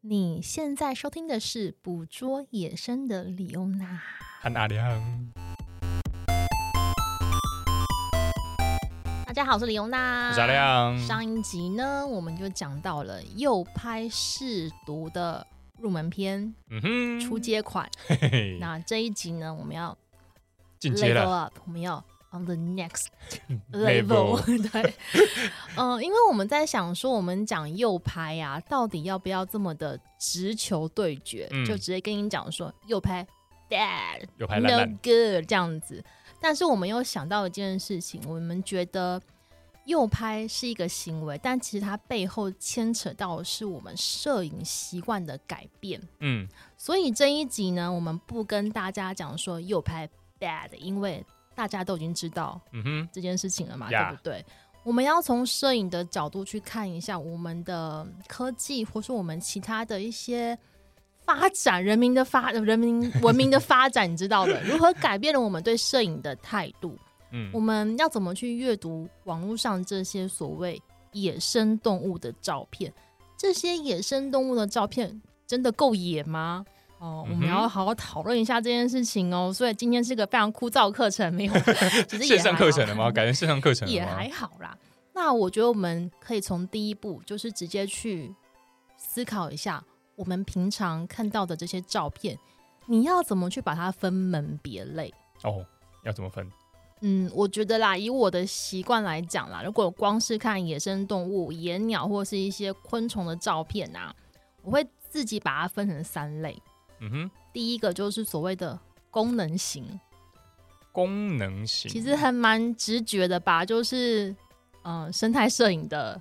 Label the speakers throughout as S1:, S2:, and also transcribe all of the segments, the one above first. S1: 你现在收听的是《捕捉野生的李欧娜》。
S2: 和阿良，
S1: 大家好，我是李欧娜，
S2: 我是阿亮，
S1: 上一集呢，我们就讲到了右拍试读的入门篇、
S2: 嗯哼，
S1: 出街款。
S2: 嘿嘿，
S1: 那这一集呢，我们要
S2: 嗯进阶
S1: level
S2: 了
S1: up，我们要 on the next level
S2: level。
S1: 对，嗯、因为我们在想说，我们讲右拍啊，到底要不要这么的直球对决？
S2: 嗯
S1: 就直接跟你讲说右拍 bad，
S2: 有排烂
S1: No
S2: 烂，
S1: good 这样子。但是我们又想到一件事情，我们觉得右拍是一个行为，但其实它背后牵扯到的是我们摄影习惯的改变。
S2: 嗯，
S1: 所以这一集呢，我们不跟大家讲说右拍 bad，因为大家都已经知道
S2: 嗯哼，
S1: 这件事情了嘛
S2: Yeah
S1: 对不对？我们要从摄影的角度去看一下我们的科技，或是我们其他的一些发展，人民的发，呃人民文明的发展，你知道 的，如何改变了我们对摄影的态度？我
S2: 嗯，
S1: 们要怎么去阅读网络上这些所谓野生动物的照片？这些野生动物的照片真的够野吗？哦，我们
S2: 嗯哼
S1: 要好好讨论一下这件事情哦。所以今天是个非常枯燥的课程， 没有，只是哦也
S2: 线上
S1: 还
S2: 课
S1: 好
S2: 程了 吗？改成线上课程
S1: 也
S2: 了吗
S1: 还？好啦。那我觉得我们可以从第一步，就是直接去思考一下，我们平常看到的这些照片，你要怎么去把它分门别类？
S2: 哦，要怎么分？
S1: 嗯，我觉得啦，以我的习惯来讲啦，如果光是看野生动物、野鸟或是一些昆虫的照片啊，我会自己把它分成三类。
S2: 嗯哼，
S1: 第一个就是所谓的功能型，
S2: 功能型，
S1: 其实还蛮直觉的吧，就是嗯、呃生态摄影的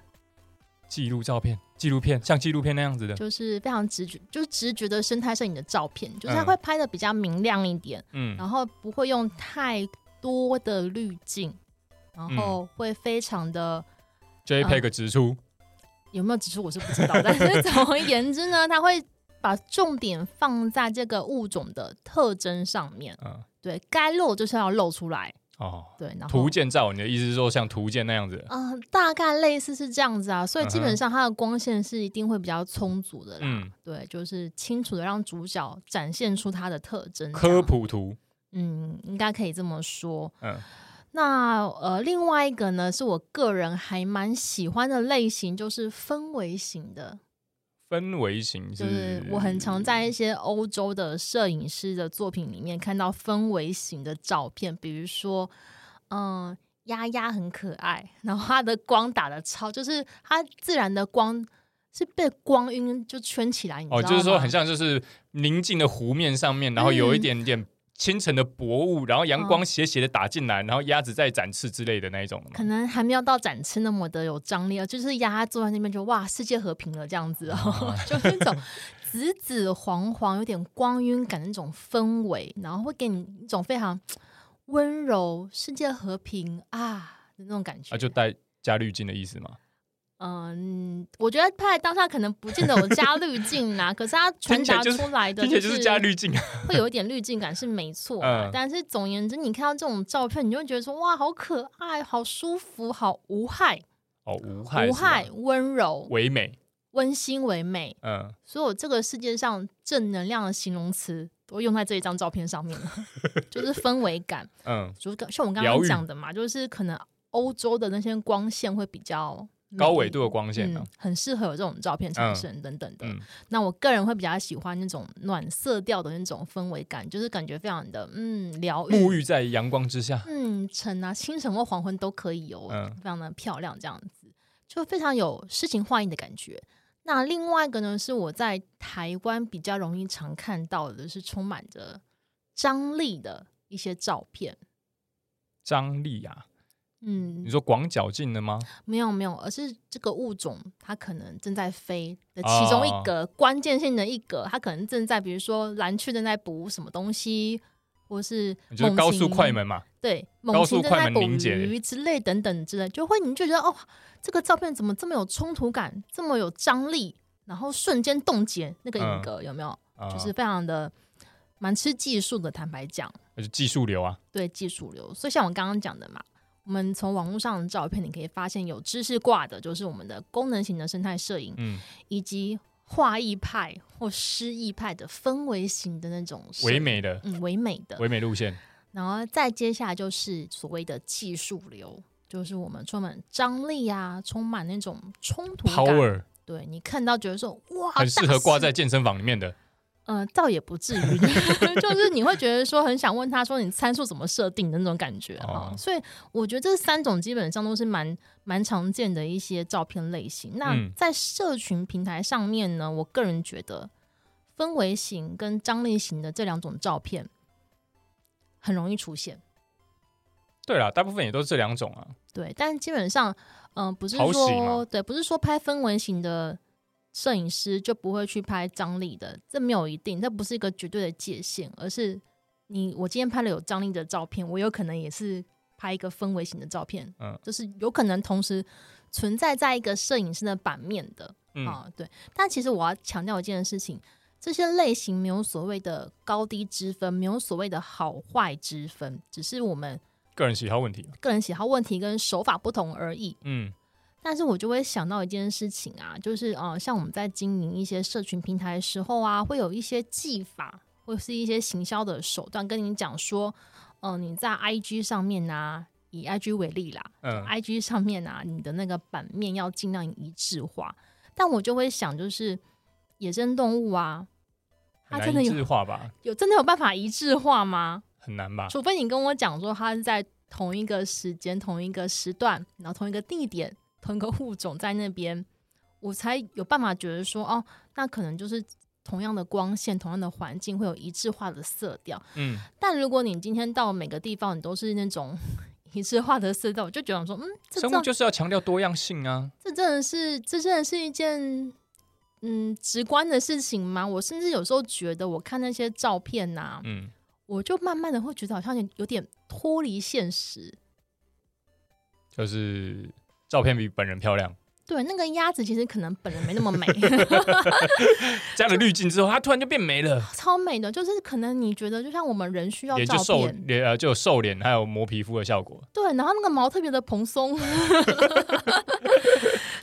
S2: 记录照片、纪录片，像纪录片那样子的，
S1: 就是非常直觉，就是直觉的生态摄影的照片，就是它
S2: 嗯
S1: 会拍的比较明亮一点，
S2: 嗯
S1: 然后不会用太多的滤镜，
S2: 嗯
S1: 然后会非常的。嗯
S2: ，JPEG 直出，
S1: 有没有指出我是不知道， 但是总而言之呢，它会把重点放在这个物种的特征上面，
S2: 嗯，
S1: 对该露就是要露出来，
S2: 哦，
S1: 对，然后
S2: 图鉴照，你的意思是说像图鉴那样子？
S1: 嗯、大概类似是这样子啊，所以基
S2: 嗯
S1: 本
S2: 哼
S1: 上它的光线是一定会比较充足的啦，
S2: 嗯，
S1: 对，就是清楚的让主角展现出它的特征，
S2: 科，普图，
S1: 嗯，应该可以这么说。
S2: 嗯
S1: 那呃，另外一个呢，是我个人还蛮喜欢的类型，就是氛围型的，
S2: 氛围型
S1: 就是我很常在一些欧洲的摄影师的作品里面看到氛围型的照片，比如说，嗯，丫丫很可爱，然后它的光打的超，就是它自然的光是被光晕就圈起来，你知道
S2: 哦，
S1: 吗？嗯
S2: 就是说很像就是宁静的湖面上面，然后有一点点清晨的薄雾，然后阳光斜斜的打进来，然后鸭子在展翅之类的那一种的
S1: 可
S2: 嘛。
S1: 能还没有到展翅那么的有张力啊，就是鸭坐在那边就哇，世界和平了这样子
S2: 啊
S1: 哦， 就那种紫紫黄黄、有点光晕感的那种氛围，然后会给你一种非常温柔、世界和平啊的那种感觉。
S2: 啊，就带加滤镜的意思嘛，
S1: 嗯，我觉得拍当下可能不见得有加滤镜啦， 可是它传达出来的
S2: 听起来就是加滤镜啊。
S1: 会有一点滤镜感是没错啊、
S2: 嗯
S1: 但是总而言之，你看到这种照片，你就会觉得说哇，好可爱，好舒服，好无害。
S2: 哦，无害，
S1: 无害、，温柔、
S2: 唯美，
S1: 温馨为美，
S2: 嗯，
S1: 所有这个世界上正能量的形容词都用在这一张照片上面了， 就是氛围感。
S2: 嗯，
S1: 就是刚像我们刚
S2: 疗
S1: 刚
S2: 愈
S1: 讲的嘛，就是可能欧洲的那些光线会比较美
S2: 高纬度的光线呢、啊
S1: 嗯，很适合有这种照片产生等等的。
S2: 嗯
S1: 那我个人会比较喜欢那种暖色调的那种氛围感，就是感觉非常的嗯疗愈
S2: 沐。浴在阳光之下，
S1: 嗯，晨啊，清晨或黄昏都可以哦，
S2: 嗯
S1: 非常的漂亮，这样子就非常有诗情画意的感觉。那另外一个呢，是我在台湾比较容易常看到的，是充满着张力的一些照片。
S2: 张力啊，
S1: 嗯
S2: 你，说广角镜的吗？
S1: 没有没有，而是这个物种它可能正在飞的其中
S2: 哦
S1: 一格，关键性的一格，它可能正在，比如说蓝雀正在捕什么东西，或是
S2: 你就是
S1: 猛
S2: 高速
S1: 禽
S2: 快门嘛，
S1: 对，
S2: 高
S1: 猛
S2: 速
S1: 禽正
S2: 快
S1: 在
S2: 门
S1: 捕
S2: 凝结
S1: 鱼之类等等之类，就会你就觉得哦，这个照片怎么这么有冲突感，这么有张力，然后瞬间冻结那个影
S2: 嗯
S1: 格、有没有？
S2: 啊
S1: 就是非常的蛮吃技术的，坦白讲，
S2: 那就技术流啊，
S1: 对技术流。所以像我刚刚讲的嘛，我们从网络上的照片，你可以发现有知识挂的，就是我们的功能型的生态摄影，
S2: 嗯，
S1: 以及画意派或诗意派的氛围型的那种摄
S2: 唯
S1: 影，
S2: 美的
S1: 嗯，唯美的。
S2: 唯美路线，
S1: 然后再接下来就是所谓的技术流，就是我们充满张力啊，充满那种冲突感。
S2: power
S1: 对你看到觉得说哇，
S2: 很适合挂
S1: 大师
S2: 在健身房里面的。
S1: 呃，倒也不至于， 就是你会觉得说很想问他说你参数怎么设定的那种感觉哈、
S2: 哦
S1: 所以我觉得这三种基本上都是蛮蛮常见的一些照片类型。那
S2: 嗯
S1: 在社群平台上面呢，我个人觉得氛围型跟张力型的这两种照片很容易出现。
S2: 对啦，大部分也都是这两种啊。
S1: 对，但基本上，嗯、不是
S2: 讨喜嘛
S1: 说对，不是说拍氛围型的摄影师就不会去拍张力的，这没有一定，这不是一个绝对的界限，而是你我今天拍了有张力的照片，我有可能也是拍一个氛围型的照片，
S2: 嗯
S1: 嗯，就是有可能同时存在在一个摄影师的版面的
S2: 嗯，
S1: 啊、对。但其实我要强调一件事情。这些类型没有所谓的高低之分，没有所谓的好坏之分，只是我们
S2: 个人喜好问题。
S1: 个人喜好问题跟手法不同而已。
S2: 嗯，
S1: 但是我就会想到一件事情啊，就是呃，像我们在经营一些社群平台的时候啊，会有一些技法或是一些行销的手段跟你讲说，嗯、你在 IG 上面啊，以 IG 为例啦，
S2: 嗯
S1: IG 上面啊，你的那个版面要尽量一致化。但我就会想，就是野生动物啊，它
S2: 很
S1: 真的
S2: 难一致
S1: 有
S2: 化吧？
S1: 有真的有办法一致化吗？
S2: 很难吧？
S1: 除非你跟我讲说它是在同一个时间、同一个时段，然后同一个地点、同一个物种在那边，我才有办法觉得说，哦，那可能就是同样的光线、同样的环境会有一致化的色调。
S2: 嗯，
S1: 但如果你今天到每个地方，你都是那种 一致化的色调，我就觉得说，嗯，这
S2: 生
S1: 真
S2: 物就是要强调多样性啊。
S1: 这真的是这真的是一件。嗯，直观的事情吗？我甚至有时候觉得，我看那些照片呐、
S2: 嗯，
S1: 我就慢慢的会觉得好像有有点脱离现实。
S2: 就是照片比本人漂亮，
S1: 对，那个鸭子其实可能本人没那么 美，
S2: 加了滤镜之后，它突然就变没了，
S1: 超美的，就是可能你觉得，就像我们人需要
S2: 也就
S1: 照
S2: 瘦
S1: 片，
S2: 脸呃就有瘦脸，还有磨皮肤的效果。
S1: 对，然后那个毛特别的蓬 松，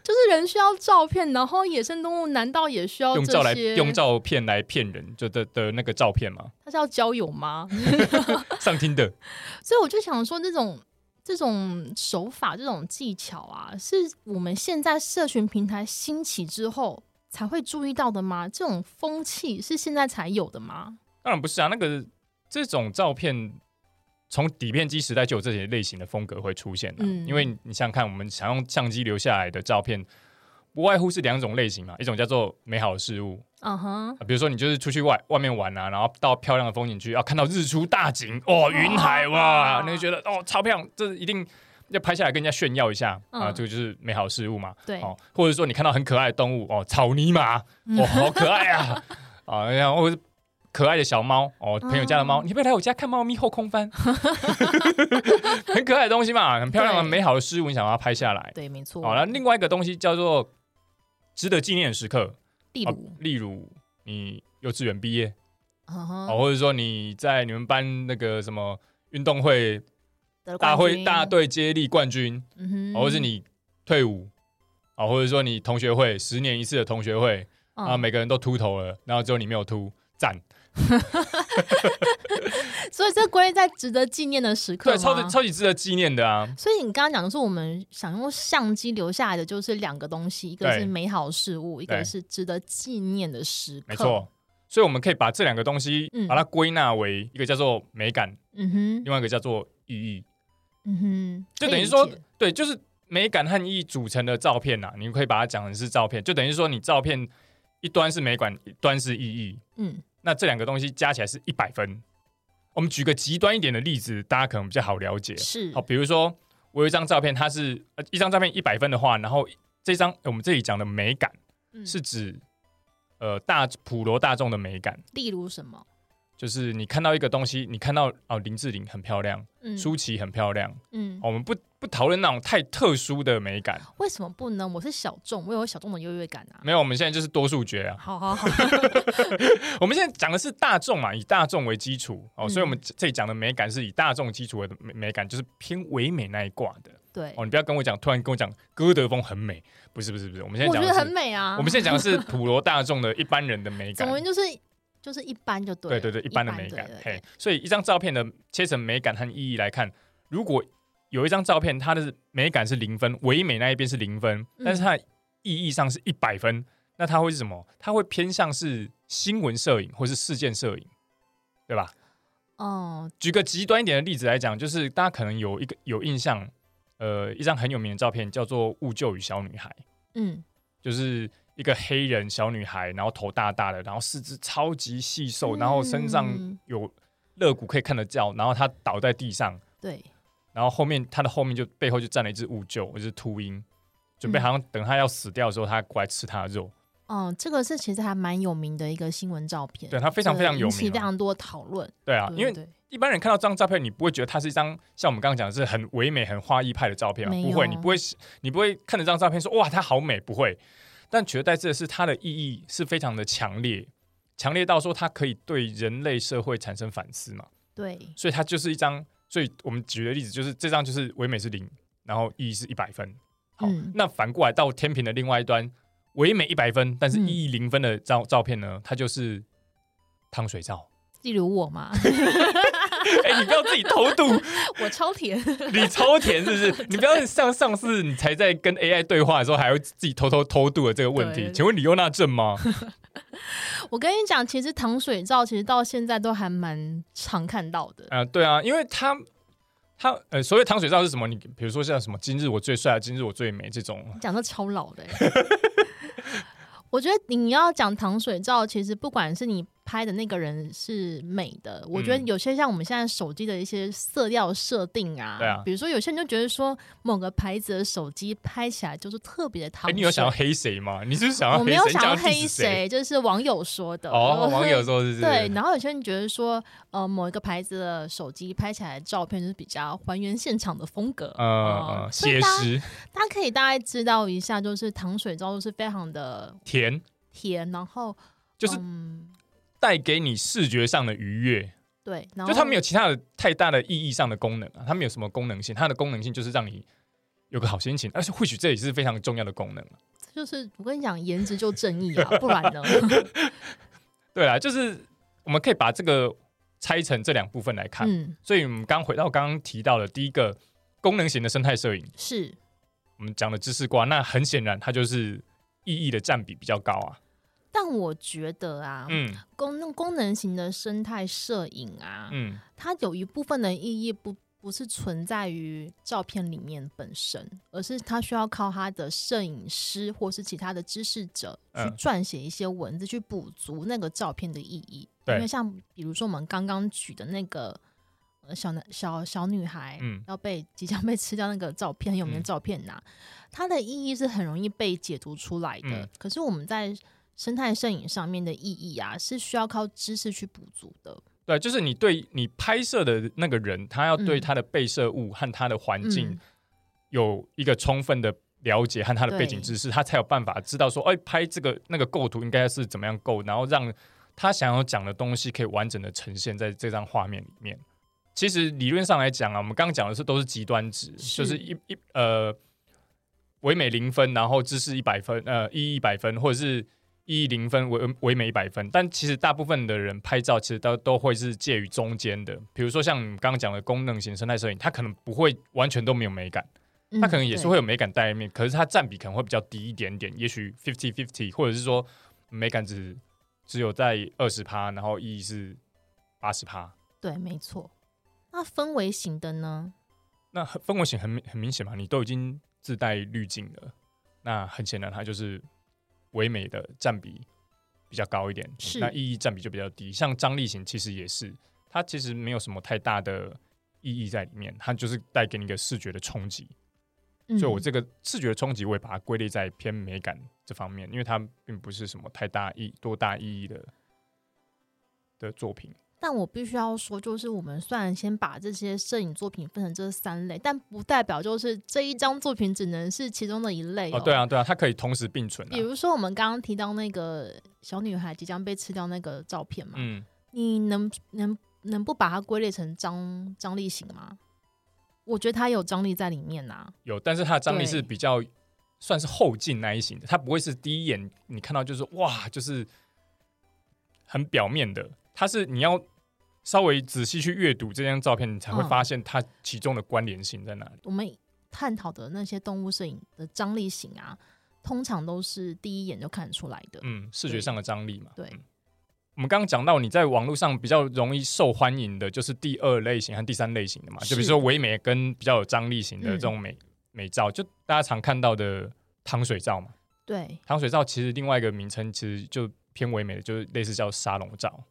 S1: 就是人需要照片，然后野生动物难道也需要
S2: 用照
S1: 哦这
S2: 来
S1: 些？
S2: 用照片来骗人，就的的那个照片嘛，
S1: 它是要交友吗？
S2: 上听的，
S1: 所以我就想说，这种这种手法、这种技巧啊，是我们现在社群平台兴起之后才会注意到的吗？这种风气是现在才有的吗？
S2: 当然不是啊，那个这种照片从底片机时代就有这些类型的风格会出现、啊、
S1: 嗯
S2: 因为你想想看，我们想用相机留下来的照片，不外乎是两种类型嘛，一种叫做美好的事物、
S1: 嗯哼，
S2: 啊比如说你就是出去外外面玩啊，然后到漂亮的风景区，要、啊看到日出大景，哦，云海哇，
S1: 哇
S2: 你就觉得哦超漂亮，这一定。要拍下来跟人家炫耀一下、啊，
S1: 嗯
S2: 这个就是美好事物嘛。
S1: 对，嗯
S2: 哦，或者说你看到很可爱的动物哦，草泥马哦，好可爱啊 啊，然后或者是可爱的小猫哦，朋友家的猫，
S1: 嗯
S2: 你要不要来我家看猫咪后空翻？ 很可爱的东西嘛，很漂亮、
S1: 对
S2: 很美好的事物，你想要拍下来。
S1: 对，没错。
S2: 好了，那另外一个东西叫做值得纪念的时刻，
S1: 例
S2: 哦
S1: 如，
S2: 例如你幼稚园毕业
S1: 嗯哼
S2: 哦，或者说你在你们班那个什么运动会
S1: 得了
S2: 大
S1: 冠
S2: 会
S1: 军
S2: 大，队接力冠军，
S1: 嗯哼
S2: 哦或者是你退伍，啊，或者说你同学会十年一次的同学会，
S1: 嗯
S2: 啊，每个人都秃头了，然后只有你没有秃，赞，
S1: 所以这归类在值得纪念的时刻
S2: 对，超
S1: 吗
S2: 级超级值得纪念的啊，
S1: 所以你刚刚讲的是我们想用相机留下来的，就是两个东西，一个
S2: 对
S1: 是美好事物，一
S2: 对
S1: 个是值得纪念的时刻。
S2: 没，错。所以我们可以把这两个东西
S1: 嗯
S2: 把它归纳为一个叫做美感，
S1: 嗯哼，
S2: 另外一个叫做意义，
S1: 嗯哼，
S2: 就
S1: 可
S2: 等
S1: 以
S2: 于
S1: 理
S2: 说
S1: 解，
S2: 对，就是美感和意义组成的照片呐、啊，你可以把它讲成是照片，就等于说你照片一端是美感，一端是意义，
S1: 嗯，
S2: 那这两个东西加起来是一百分。我们举个极端一点的例子，大家可能比较好了解。
S1: 是
S2: 好，，比如说我有一张照片，它是呃一张照片一百分的话，然后这张呃我们这里讲的美感
S1: 嗯
S2: 是指、呃大普罗大众的美感，
S1: 例如什么？
S2: 就是你看到一个东西，你看到哦林志玲很漂亮，
S1: 嗯
S2: 舒淇很漂亮，
S1: 嗯
S2: 哦，我们不不讨论那种太特殊的美感，
S1: 为什么不能？我是小众，我有小众的优越感啊。
S2: 没有，我们现在就是多数决啊，
S1: 好 好好，
S2: 我们现在讲的是大众嘛，以大众为基础哦，
S1: 嗯
S2: 所以我们这这里讲的美感是以大众基础为美美感，就是偏唯美那一挂的。
S1: 对，
S2: 哦，你不要跟我讲，突然跟我讲歌德风很美，不是不是不是，我们现在
S1: 我觉
S2: 讲
S1: 得
S2: 的
S1: 很
S2: 是，
S1: 美啊。
S2: 我们现在讲的是普罗大众的一般人的美
S1: 总
S2: 感
S1: 而。言之就是就是一般就对
S2: 对
S1: 了，
S2: 对对，一般的美感
S1: 对。对
S2: 嘿
S1: 对，
S2: 所以一张照片的切成美感和意义来看，如果有一张照片，它的美感是零分，唯美那一边是零分，
S1: 嗯
S2: 但是它的意义上是一百分，那它会是什么？它会偏向是新闻摄影或是事件摄影，对吧？
S1: 哦，
S2: 举个极端一点的例子来讲，就是大家可能有一个有印象，呃，一张很有名的照片叫做《误救与小女孩》，
S1: 嗯
S2: 就是一个黑人小女孩，然后头大大的，然后四肢超级细瘦，然后身上
S1: 嗯
S2: 有肋骨可以看得到，然后她倒在地上，
S1: 对，
S2: 然后后面她的后面就背后就站了一只乌鹫，一只秃鹰，准备
S1: 嗯
S2: 好像等她要死掉的时候，她过来吃她的肉。
S1: 哦，这个是其实还蛮有名的一个新闻照片，
S2: 对，她非常
S1: 这
S2: 非常有
S1: 引起
S2: 名
S1: 非
S2: 啊、
S1: 常多讨论。
S2: 对啊，
S1: 对
S2: 因为
S1: 对
S2: 一般人看到这张照片，你不会觉得它是一张像我们刚刚讲的是很唯美、很画意派的照片嘛？
S1: 没有
S2: 不会，你不会，你不会看着这张照片说哇，它好美，不会。但取而代之的是，它的意义是非常的强烈，强烈到说它可以对人类社会产生反思嘛。
S1: 对
S2: 所以它就是一张，所以我们举的例子就是这张就是唯美是零，然后意义是一百分。好，
S1: 嗯
S2: 那反过来到天平的另外一端，唯美一百分，但是
S1: 嗯
S2: 意义零分的照照片呢，它就是汤水照。
S1: 例如我嘛，
S2: 哎、你不要自己偷渡。
S1: 我超甜，
S2: 你超甜是不是？你不要像上次你才在跟 AI 对话的时候，还会自己偷偷偷渡的这个问题。
S1: 对
S2: 请问你用那 证吗？
S1: 我跟你讲，其实糖水照其实到现在都还蛮常看到的。
S2: 啊、对啊，因为他他呃，所谓糖水照是什么？你比如说像什么“今日我最帅”“今日我最美”这种，
S1: 讲的超老的、欸。 我觉得你要讲糖水照，其实不管是你拍的那个人是美的，我觉得
S2: 嗯
S1: 有些像我们现在手机的一些色调设定啊，
S2: 对啊
S1: 比如说有些人就觉得说某个牌子的手机拍起来就是特别的
S2: 哎、
S1: 糖水。
S2: 你有想要黑谁吗？你是不是想要
S1: 我
S2: 黑
S1: 没
S2: 谁？
S1: 有
S2: 你
S1: 想要
S2: 要 diss
S1: 黑谁，就是网友说的。
S2: 哦，网友。说是不是
S1: 对，然后有些人觉得说，呃，某一个牌子的手机拍起来的照片就是比较还原现场的风格，
S2: 呃
S1: 哦
S2: 呃，
S1: 所以
S2: 写
S1: 大家
S2: 实
S1: 大家可以大概知道一下，就是糖水糟是非常的
S2: 甜，
S1: 甜，然后
S2: 就是
S1: 嗯，
S2: 带给你视觉上的愉悦。
S1: 对，然后
S2: 就它没有其他的太大的意义上的功能啊，它没有什么功能性，它的功能性就是让你有个好心情，而且或许这也是非常重要的功能啊。
S1: 就是我跟你讲，颜值就正义 啊，不然呢？
S2: 嗯对啦，就是我们可以把这个拆成这两部分来看，
S1: 嗯，
S2: 所以我们刚回到刚刚提到的第一个功能型的生态摄影，
S1: 是
S2: 我们讲的知识瓜，那很显然它就是意义的占比比较高啊。
S1: 但我觉得啊，
S2: 嗯
S1: 功那功能型的生态摄影啊，
S2: 嗯，
S1: 它有一部分的意义不不是存在于照片里面本身，而是它需要靠它的摄影师或是其他的知识者去
S2: 嗯
S1: 撰写一些文字，去补足那个照片的意义。
S2: 对
S1: 因为像比如说我们刚刚举的那个。呃小男小小女孩，
S2: 嗯
S1: 要被即将被吃掉那个照片，有没有
S2: 嗯
S1: 照片拿、它的意义是很容易被解读出来的。
S2: 嗯
S1: 可是我们在生态摄影上面的意义啊，是需要靠知识去补足的。
S2: 对，就是你对你拍摄的那个人，他要
S1: 嗯
S2: 对他的被摄物和他的环境。
S1: 嗯
S2: 有一个充分的了解和他的背景
S1: 对
S2: 知识，他才有办法知道说，哎，拍这个那个构图应该是怎么样构，然后让他想要讲的东西可以完整的呈现在这张画面里面。其实理论上来讲啊，我们刚刚讲的是都是极端值，
S1: 是
S2: 就是一一呃唯美零分，然后知识一百分，呃意义一百分，或者是意义零分，唯唯美一百分。但其实大部分的人拍照其实都都会是介于中间的，比如说像你刚刚讲的功能型生态摄影，它可能不会完全都没有美感。
S1: 嗯
S2: 它可能也是
S1: 对
S2: 会有美感在里面，可是它占比可能会比较低一点点，也许 fifty fifty，或者是说美感只只有在二十趴，然后意义是八十趴。
S1: 对，没错。那氛围型的呢？
S2: 那很氛围型很明很明显嘛，你都已经自带滤镜了，那很显然它就是唯美的占比比较高一点，
S1: 是
S2: 那意义占比就比较低。像张力型其实也是，它其实没有什么太大的意义在里面，它就是带给你一个视觉的冲击。
S1: 嗯、
S2: 所以我这个视觉冲击，我也把它归类在偏美感这方面，因为它并不是什么太大意多大意义的的作品。
S1: 但我必须要说，就是我们虽然先把这些摄影作品分成这三类，但不代表就是这一张作品只能是其中的一类、
S2: 哦，对。啊，对啊，它可以同时并存、
S1: 比
S2: 啊。
S1: 如说我们刚刚提到那个小女孩即将被吃掉那个照片嘛，
S2: 嗯，
S1: 你能能能不把它归类成张张力型吗？我觉得它有张力在里面啊呐、
S2: 有，但是它的张力是
S1: 对
S2: 比较算是后劲那一型的，它不会是第一眼你看到就是哇，就是很表面的，它是你要稍微仔细去阅读这张照片，你才会
S1: 嗯
S2: 发现它其中的关联性在哪里。
S1: 我们探讨的那些动物摄影的张力型啊，通常都是第一眼就看得出来的。
S2: 嗯，视
S1: 对
S2: 觉上的张力嘛。
S1: 对
S2: 嗯我们刚刚讲到，你在网络上比较容易受欢迎的，就是第二类型和第三类型的嘛，
S1: 是
S2: 就比如说唯美跟比较有张力型的
S1: 嗯
S2: 这种美、美照，就大家常看到的糖水照嘛。
S1: 对，
S2: 糖水照其实另外一个名称其实就偏唯美的，就是类似叫沙龙照。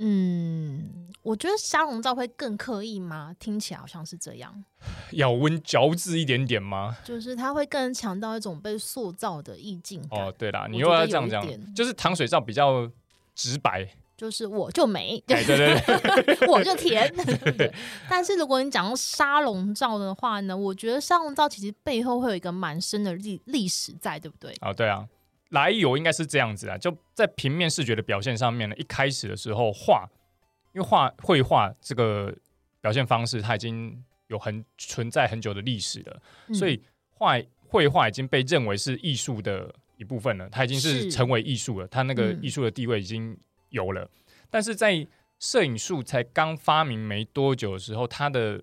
S1: 嗯，我觉得沙龙照会更刻意吗？听起来好像是这样，
S2: 咬文嚼字一点点吗？
S1: 就是它会更强调一种被塑造的意境感，
S2: 哦，对啦，
S1: 我
S2: 你
S1: 觉
S2: 又
S1: 得
S2: 要
S1: 有
S2: 这样
S1: 一
S2: 讲
S1: 点，
S2: 就是糖水照比较 直白。
S1: 就是我就 美，
S2: 哎，对对对，
S1: 我就 甜。对 但是如果你讲到沙龙照的话呢，我觉得沙龙照其实背后会有一个蛮深的历历史在，对不对？
S2: 哦，对啊，来由应该是这样子啊，就在平面视觉的表现上面呢，一开始的时候画，因为画绘画这个表现方式，它已经有很存在很久的历史了，
S1: 嗯
S2: 所以画绘画已经被认为是艺术的一部分了，它已经是
S1: 是
S2: 成为艺术了，它那个
S1: 嗯
S2: 艺术的地位已经有了，但是在摄影术才刚发明没多久的时候，它的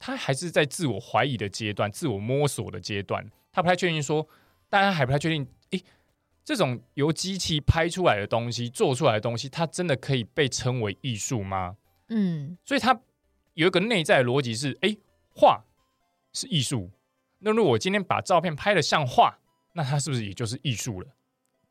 S2: 它还是在自我怀疑的阶段、自我摸索的阶段，他不太确定说，大家还不太确定，诶、这种由机器拍出来的东西、做出来的东西，它真的可以被称为艺术吗？
S1: 嗯，
S2: 所以它有一个内在的逻辑是：诶，画是艺术，那如果我今天把照片拍的像画，那它是不是也就是艺术了？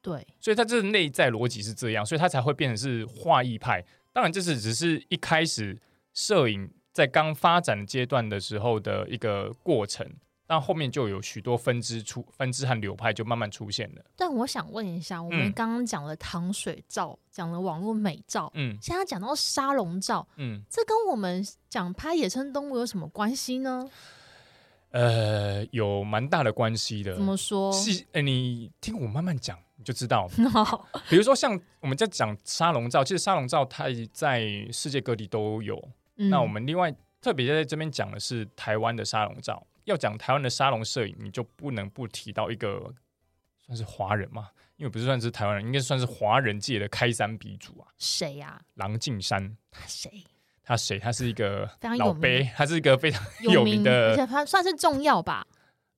S1: 对，
S2: 所以它这内在逻辑是这样，所以它才会变成是画意派。当然，这是只是一开始摄影在刚发展阶段的时候的一个过程，但后面就有许多分支出分支和流派就慢慢出现了。
S1: 但我想问一下，我们
S2: 嗯
S1: 刚刚讲了糖水照，讲了网络美照，
S2: 嗯
S1: 现在讲到沙龙照，
S2: 嗯，
S1: 这跟我们讲拍野生动物有什么关系呢？
S2: 呃，有蛮大的关系的
S1: 怎。么说？
S2: 细，呃，你听我慢慢讲，你就知道。
S1: 好
S2: 比如说，像我们在讲沙龙照，其实沙龙照它在世界各地都有，
S1: 嗯
S2: 那我们另外特别在这边讲的是台湾的沙龙照。要讲台湾的沙龙摄影，你就不能不提到一个算是华人嘛，因为不是算是台湾人，应该算是华人界的开山鼻祖啊，
S1: 谁呀、
S2: 郎静山。
S1: 谁
S2: 他谁？他是一个
S1: 非常有
S2: 老
S1: 名
S2: 辈，他是一个非常
S1: 有
S2: 有名
S1: 而
S2: 的，
S1: 且他算是重要吧？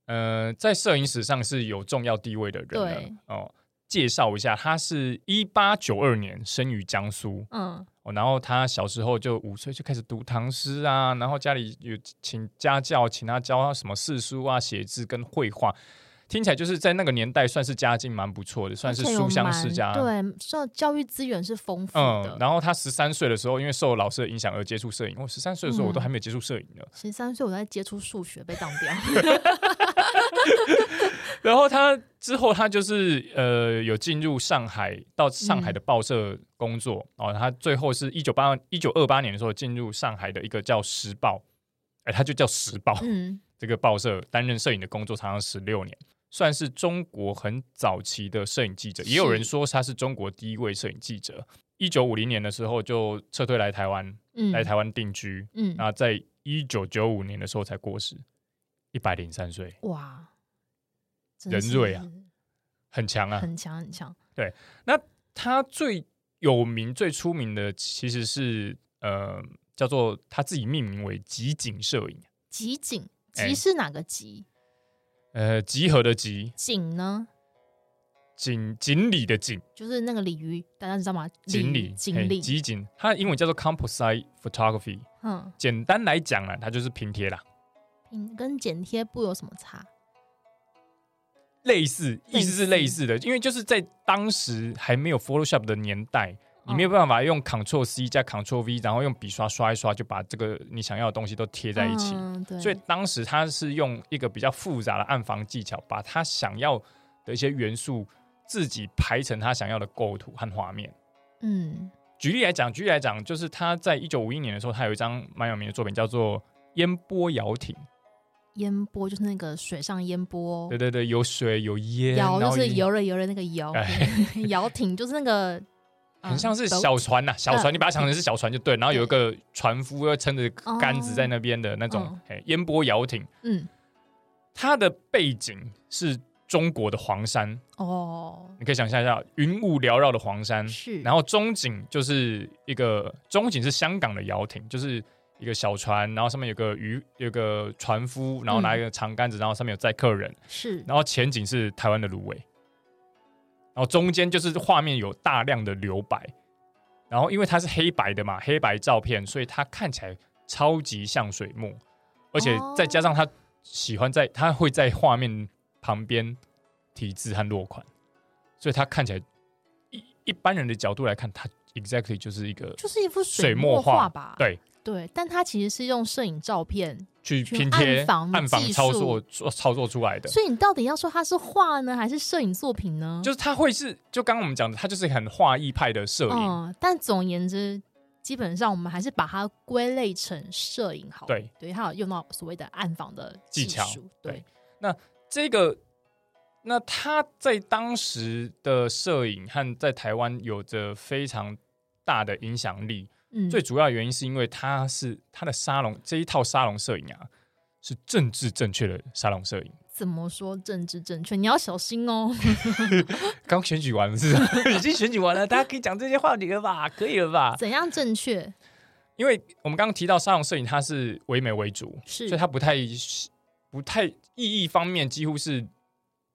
S2: 呃，在摄影史上是有重要地位的人了
S1: 对
S2: 哦。介绍一下，他是一八九二年生于江苏，
S1: 嗯，
S2: 哦，然后他小时候就五岁就开始读唐诗啊，然后家里有请家教，请他教他什么四书啊、写字跟绘画，听起来就是在那个年代算是家境蛮不错的，算是
S1: 而且有
S2: 书香
S1: 蛮
S2: 世家。
S1: 对，算教育资源是丰富
S2: 嗯，
S1: 的。
S2: 然后他十三岁的时候，因为受老师的影响而接触摄影。我十三岁的时候，我都
S1: 嗯
S2: 还没有接触摄影呢。
S1: 十三岁我在接触数学被当 掉，
S2: 然后他之后，他就是呃有进入上海，到上海的
S1: 嗯
S2: 报社工作。哦，他最后是一九八一九二八年的时候进入上海的一个叫《时报》，哎，他就叫《时报》。
S1: 嗯，
S2: 这个报社担任摄影的工作长达十六年，算是中国很早期的摄影记者，
S1: 是
S2: 也有人说他是中国第一位摄影记者。一九五零年的时候就撤退来台湾，
S1: 嗯
S2: 来台湾啊定居。
S1: 嗯，
S2: 那在一九九五年的时候才过世，一百零三岁，
S1: 哇，真
S2: 人
S1: 是
S2: 瑞啊很强啊！
S1: 很强很强，
S2: 他最有名、最出名的其实是呃，叫做他自己命名为集景摄影，
S1: 集锦
S2: 哎
S1: 集是哪个集？
S2: 呃，集合的集，
S1: 锦呢，
S2: 锦锦里的锦。
S1: 就是那个鲤鱼，大家知道吗？
S2: 锦
S1: 鲤
S2: 鲤，
S1: 锦
S2: 嘿
S1: 鲤，
S2: 集锦，它的英文叫做 composite photography。
S1: 嗯，
S2: 简单来讲啊，它就是拼贴啦，
S1: 嗯，跟剪贴布有什么差？
S2: 类似，
S1: 类似
S2: 意思是类似的，因为就是在当时还没有 Photoshop 的年代，你没有
S1: 嗯
S2: 办法用 Ctrl C 加 Ctrl V，然后用笔刷刷一刷就把这个你想要的东西都贴在一起。
S1: 嗯、对，
S2: 所以当时他是用一个比较复杂的暗房技巧，把他想要的一些元素自己排成他想要的构图和画面。
S1: 嗯，
S2: 举例来讲，举例来讲，就是他在一九五一年的时候，他有一张蛮有名的作品叫做《烟波摇艇》。
S1: 烟波就是那个水上烟波哦
S2: 对，对对，有水有烟，
S1: 摇
S2: 然
S1: 就
S2: 后
S1: 是
S2: 也
S1: 游了游了那个摇，
S2: 哎
S1: 摇艇就是那个
S2: 很像是
S1: 嗯
S2: 小船呐、小船你把它想成是小船就对，然后有一个船夫要撑着杆子在那边的那种
S1: 哦
S2: 哎烟波摇艇，
S1: 嗯，
S2: 它的背景是中国的黄山，
S1: 哦，
S2: 你可以想象一下云雾缭绕的黄山，
S1: 是，
S2: 嗯然
S1: 后
S2: 后中景就是一个中景是香港的游艇，就是一个小船，然后上面有个渔有个船夫，然后拿一个长杆子，然后上面有载客人，
S1: 是，
S2: 然后前景是台湾的芦苇，然后中间就是画面有大量的留白，然后因为它是黑白的嘛，黑白照片，所以它看起来超级像水墨，而且
S1: 哦
S2: 再加上他喜欢在他会在画面旁边题字和落款，所以它看起来一一般人的角度来看，它 exactly 就是一个
S1: 就是一幅
S2: 水墨
S1: 墨
S2: 画
S1: 吧？
S2: 对。
S1: 对，但它其实是用摄影照片，
S2: 去
S1: 去
S2: 拼贴
S1: 暗房
S2: 暗房
S1: 技
S2: 操作
S1: 术
S2: 做操作出来的，
S1: 所以你到底要说它是画呢，还是摄影作品呢？
S2: 就是它会是就刚刚我们讲的，它就是很画意派的摄影，
S1: 嗯，但总而言之，基本上我们还是把它归类成摄影好了。
S2: 对
S1: 对，它有用到所谓的暗访的
S2: 技
S1: 技
S2: 巧
S1: 术对
S2: 对，这个，那他在当时的摄影和在台湾有着非常大的影响力。
S1: 嗯，
S2: 最主要原因是因为他是他的沙龙这一套沙龙摄影啊，是政治正确的沙龙摄影。
S1: 怎么说政治正确？你要小心哦。
S2: 刚选举完了是吧？ 已经选举完了，大家可以讲这些话题了吧？可以了吧？
S1: 怎样正确？
S2: 因为我们刚刚提到沙龙摄影，它是唯美为主，
S1: 是
S2: 所以它不太不太意义方面几乎是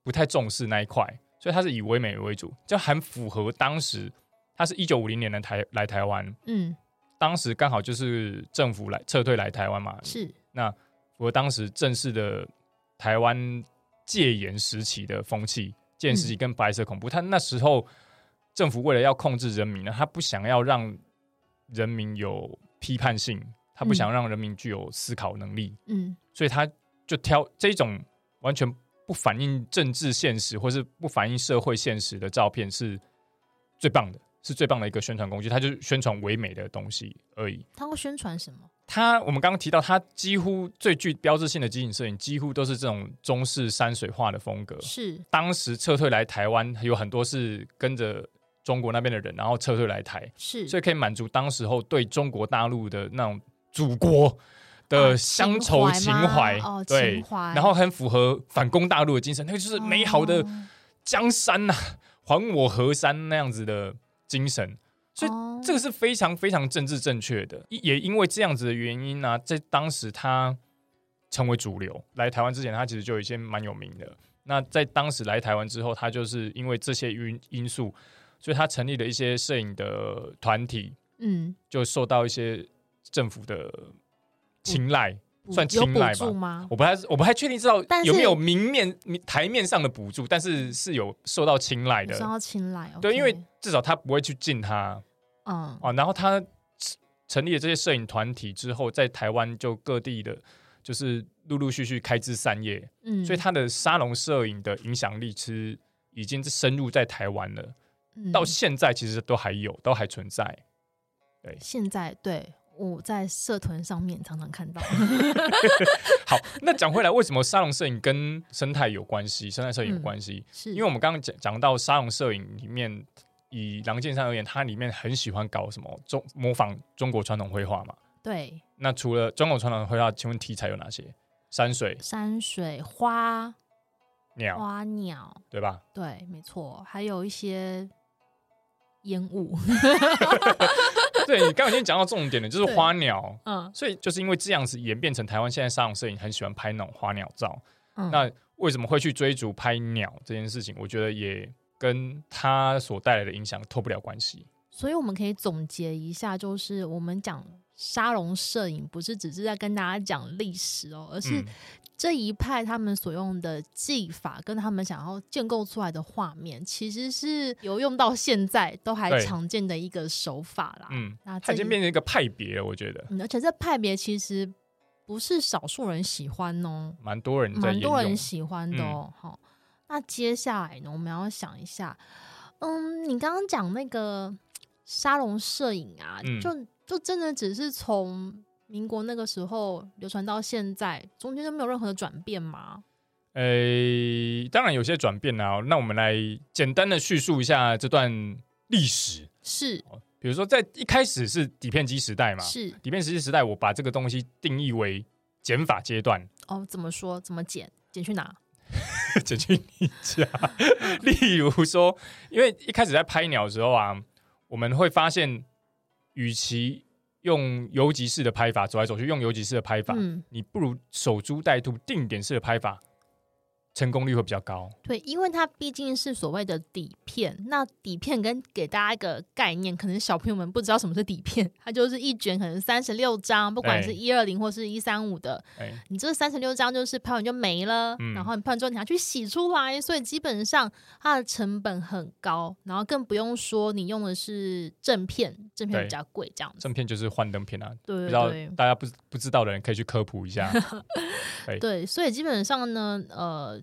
S2: 不太重视那一块，所以它是以唯美为主，就很符合当时。它是一九五零年的台来台湾，
S1: 嗯，
S2: 当时刚好就是政府来撤退来台湾嘛，
S1: 是
S2: 那符合当时正式的台湾戒严时期的风气，戒严时期
S1: 嗯
S2: 跟白色恐怖，他、那时候政府为了要控制人民呢，他不想要让人民有批判性，他不
S1: 嗯
S2: 想让人民具有思考能力，
S1: 嗯
S2: 所以他就挑这种完全不反映政治现实或是不反映社会现实的照片是最棒的，是最棒的一个宣传工具，他就是宣传唯美的东西而已。
S1: 他会宣传什么？
S2: 它我们刚刚提到，它几乎最具标志性的机景摄影，几乎都是这种中式山水画的风格。
S1: 是
S2: 当时撤退来台湾，有很多是跟着中国那边的人，然后撤退来台，
S1: 是，
S2: 所以可以满足当时候对中国大陆的那种祖国的
S1: 啊
S2: 乡愁情
S1: 情怀
S2: 怀，
S1: 吗哦
S2: 对
S1: 情，怀
S2: 然后很符合反攻大陆的精神，那个就是美好的
S1: 哦
S2: 江山呐、还我河山那样子的精神。所以
S1: 哦
S2: 这个是非常非常政治正确的，也因为这样子的原因呢、在当时他成为主流。来台湾之前，他其实就已经蛮有名的。那在当时来台湾之后，他就是因为这些因因素，所以他成立了一些摄影的团体，
S1: 嗯，
S2: 就受到一些政府的
S1: 嗯
S2: 青睐。
S1: 补
S2: 算
S1: 有
S2: 青
S1: 补
S2: 睐吧
S1: 助吗？
S2: 我不太我不太确定知道
S1: 但是
S2: 有没有明面明台面上的补助，但是是有受到青睐
S1: 我
S2: 的
S1: 是。要青睐，
S2: 对，
S1: OK
S2: 因为至少他不会去禁他。
S1: 嗯
S2: 哦，然后他成立了这些摄影团体之后，在台湾就各地的，就是陆陆续续开枝散叶，
S1: 嗯，
S2: 所以他的沙龙摄影的影响力其实已经深入在台湾了，
S1: 嗯
S2: 到现在其实都还有，都还存在。
S1: 现在对我在社团上面常常 看到，
S2: 好，那讲回来，为什么沙龙摄影跟生态有关系？生态摄
S1: 嗯
S2: 影有关系，
S1: 是
S2: 因为我们刚刚讲讲到沙龙摄影里面。以郎剑山而言，他里面很喜欢搞什么中模仿中国传统绘画嘛。
S1: 对
S2: 那除了中国传统绘画，请问题材有哪些？山水、
S1: 山水花
S2: 鸟，
S1: 花鸟，
S2: 对 吧？
S1: 对，没错，还有一些烟 雾，
S2: 对你刚刚已经讲到重点了，就是
S1: 对
S2: 花鸟。
S1: 嗯
S2: 所以就是因为这样子演变成台湾现在沙龙摄影很喜欢拍那种花鸟照。
S1: 嗯，
S2: 那为什么会去追逐拍鸟这件事情？我觉得也跟它所带来的影响脱不了关系。
S1: 所以我们可以总结一下，就是我们讲沙龙摄影，不是只是在跟大家讲历史哦，而是
S2: 嗯，
S1: 这一派他们所用的技法跟他们想要建构出来的画面，其实是有用到现在都还
S2: 对
S1: 常见的一个手法啦。
S2: 嗯，
S1: 那
S2: 它
S1: 啊这
S2: 已经
S1: 一
S2: 变成一个派别了，我觉得
S1: 嗯，而且这派别其实不是少数人喜欢哦，
S2: 蛮多人在
S1: 蛮
S2: 沿
S1: 多人
S2: 用。嗯
S1: 喜欢的哦。好、那接下来呢，我们要想一下，嗯，你刚刚讲那个沙龙摄影啊，
S2: 嗯
S1: 就就真的只是从民国那个时候流传到现在，中间就没有任何的转变吗？
S2: 呃，当然有些转变啊。那我们来简单的叙述一下这段历史。
S1: 是
S2: 比如说，在一开始是底片机时代嘛，
S1: 是
S2: 底片机时代，我把这个东西定义为减法阶段，
S1: 哦，怎么说？怎么剪？剪去哪？
S2: 减去你家。 例如说，因为一开始在拍鸟的时候啊，我们会发现，与其用游击式的拍法走来走去，用游击式的拍法，
S1: 嗯，
S2: 你不如守株待兔、定点式的拍法，成功率会比较高。
S1: 对，因为它毕竟是所谓的底片，那底片跟给大家一个概念，可能小朋友们不知道什么是底片，它就是一卷可能三十六张，不管
S2: 哎
S1: 是一二零或是一三五的，
S2: 哎、
S1: 你这三十六张就是拍完就没了，
S2: 嗯
S1: 然后你拍完之后你还去洗出来，所以基本上它的成本很高，然后更不用说你用的是正片，正片
S2: 对
S1: 比较贵，这样子。
S2: 正片就是幻灯片啊，不
S1: 对
S2: 知道
S1: 对对
S2: 大家不不知道的人可以去科普 一下。
S1: 对，所以基本上呢，呃，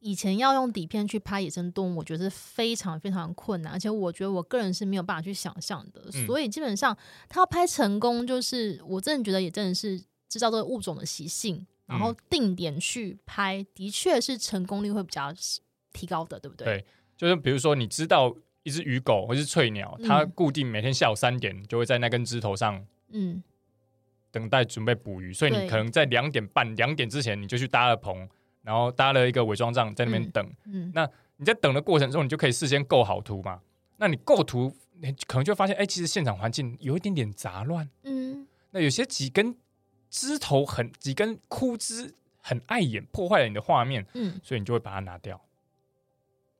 S1: 以前要用底片去拍野生动物，我觉得是非常非常困难，而且我觉得我个人是没有办法去想象的。
S2: 嗯
S1: 所以基本上他要拍成功，就是我真的觉得也真的是知道这个物种的习性，然后
S2: 嗯
S1: 定点去拍，的确是成功率会比较提高的，对不对？
S2: 对就是比如说，你知道一只鱼狗或是翠鸟，
S1: 嗯
S2: 它固定每天下午三点就会在那根枝头上
S1: 嗯，
S2: 等待准备捕鱼，所以
S1: 对
S2: 你可能在两点半、两点之前你就去搭了棚，然后搭了一个伪装帐在那边
S1: 嗯
S2: 等。
S1: 嗯，
S2: 你在等的过程中，你就可以事先构好图嘛。那你构图，你可能就会发现，哎、其实现场环境有一点点杂乱。
S1: 嗯，
S2: 那有些几根枝头很几根枯枝很碍眼，破坏了你的画面，
S1: 嗯，
S2: 所以你就会把它拿掉。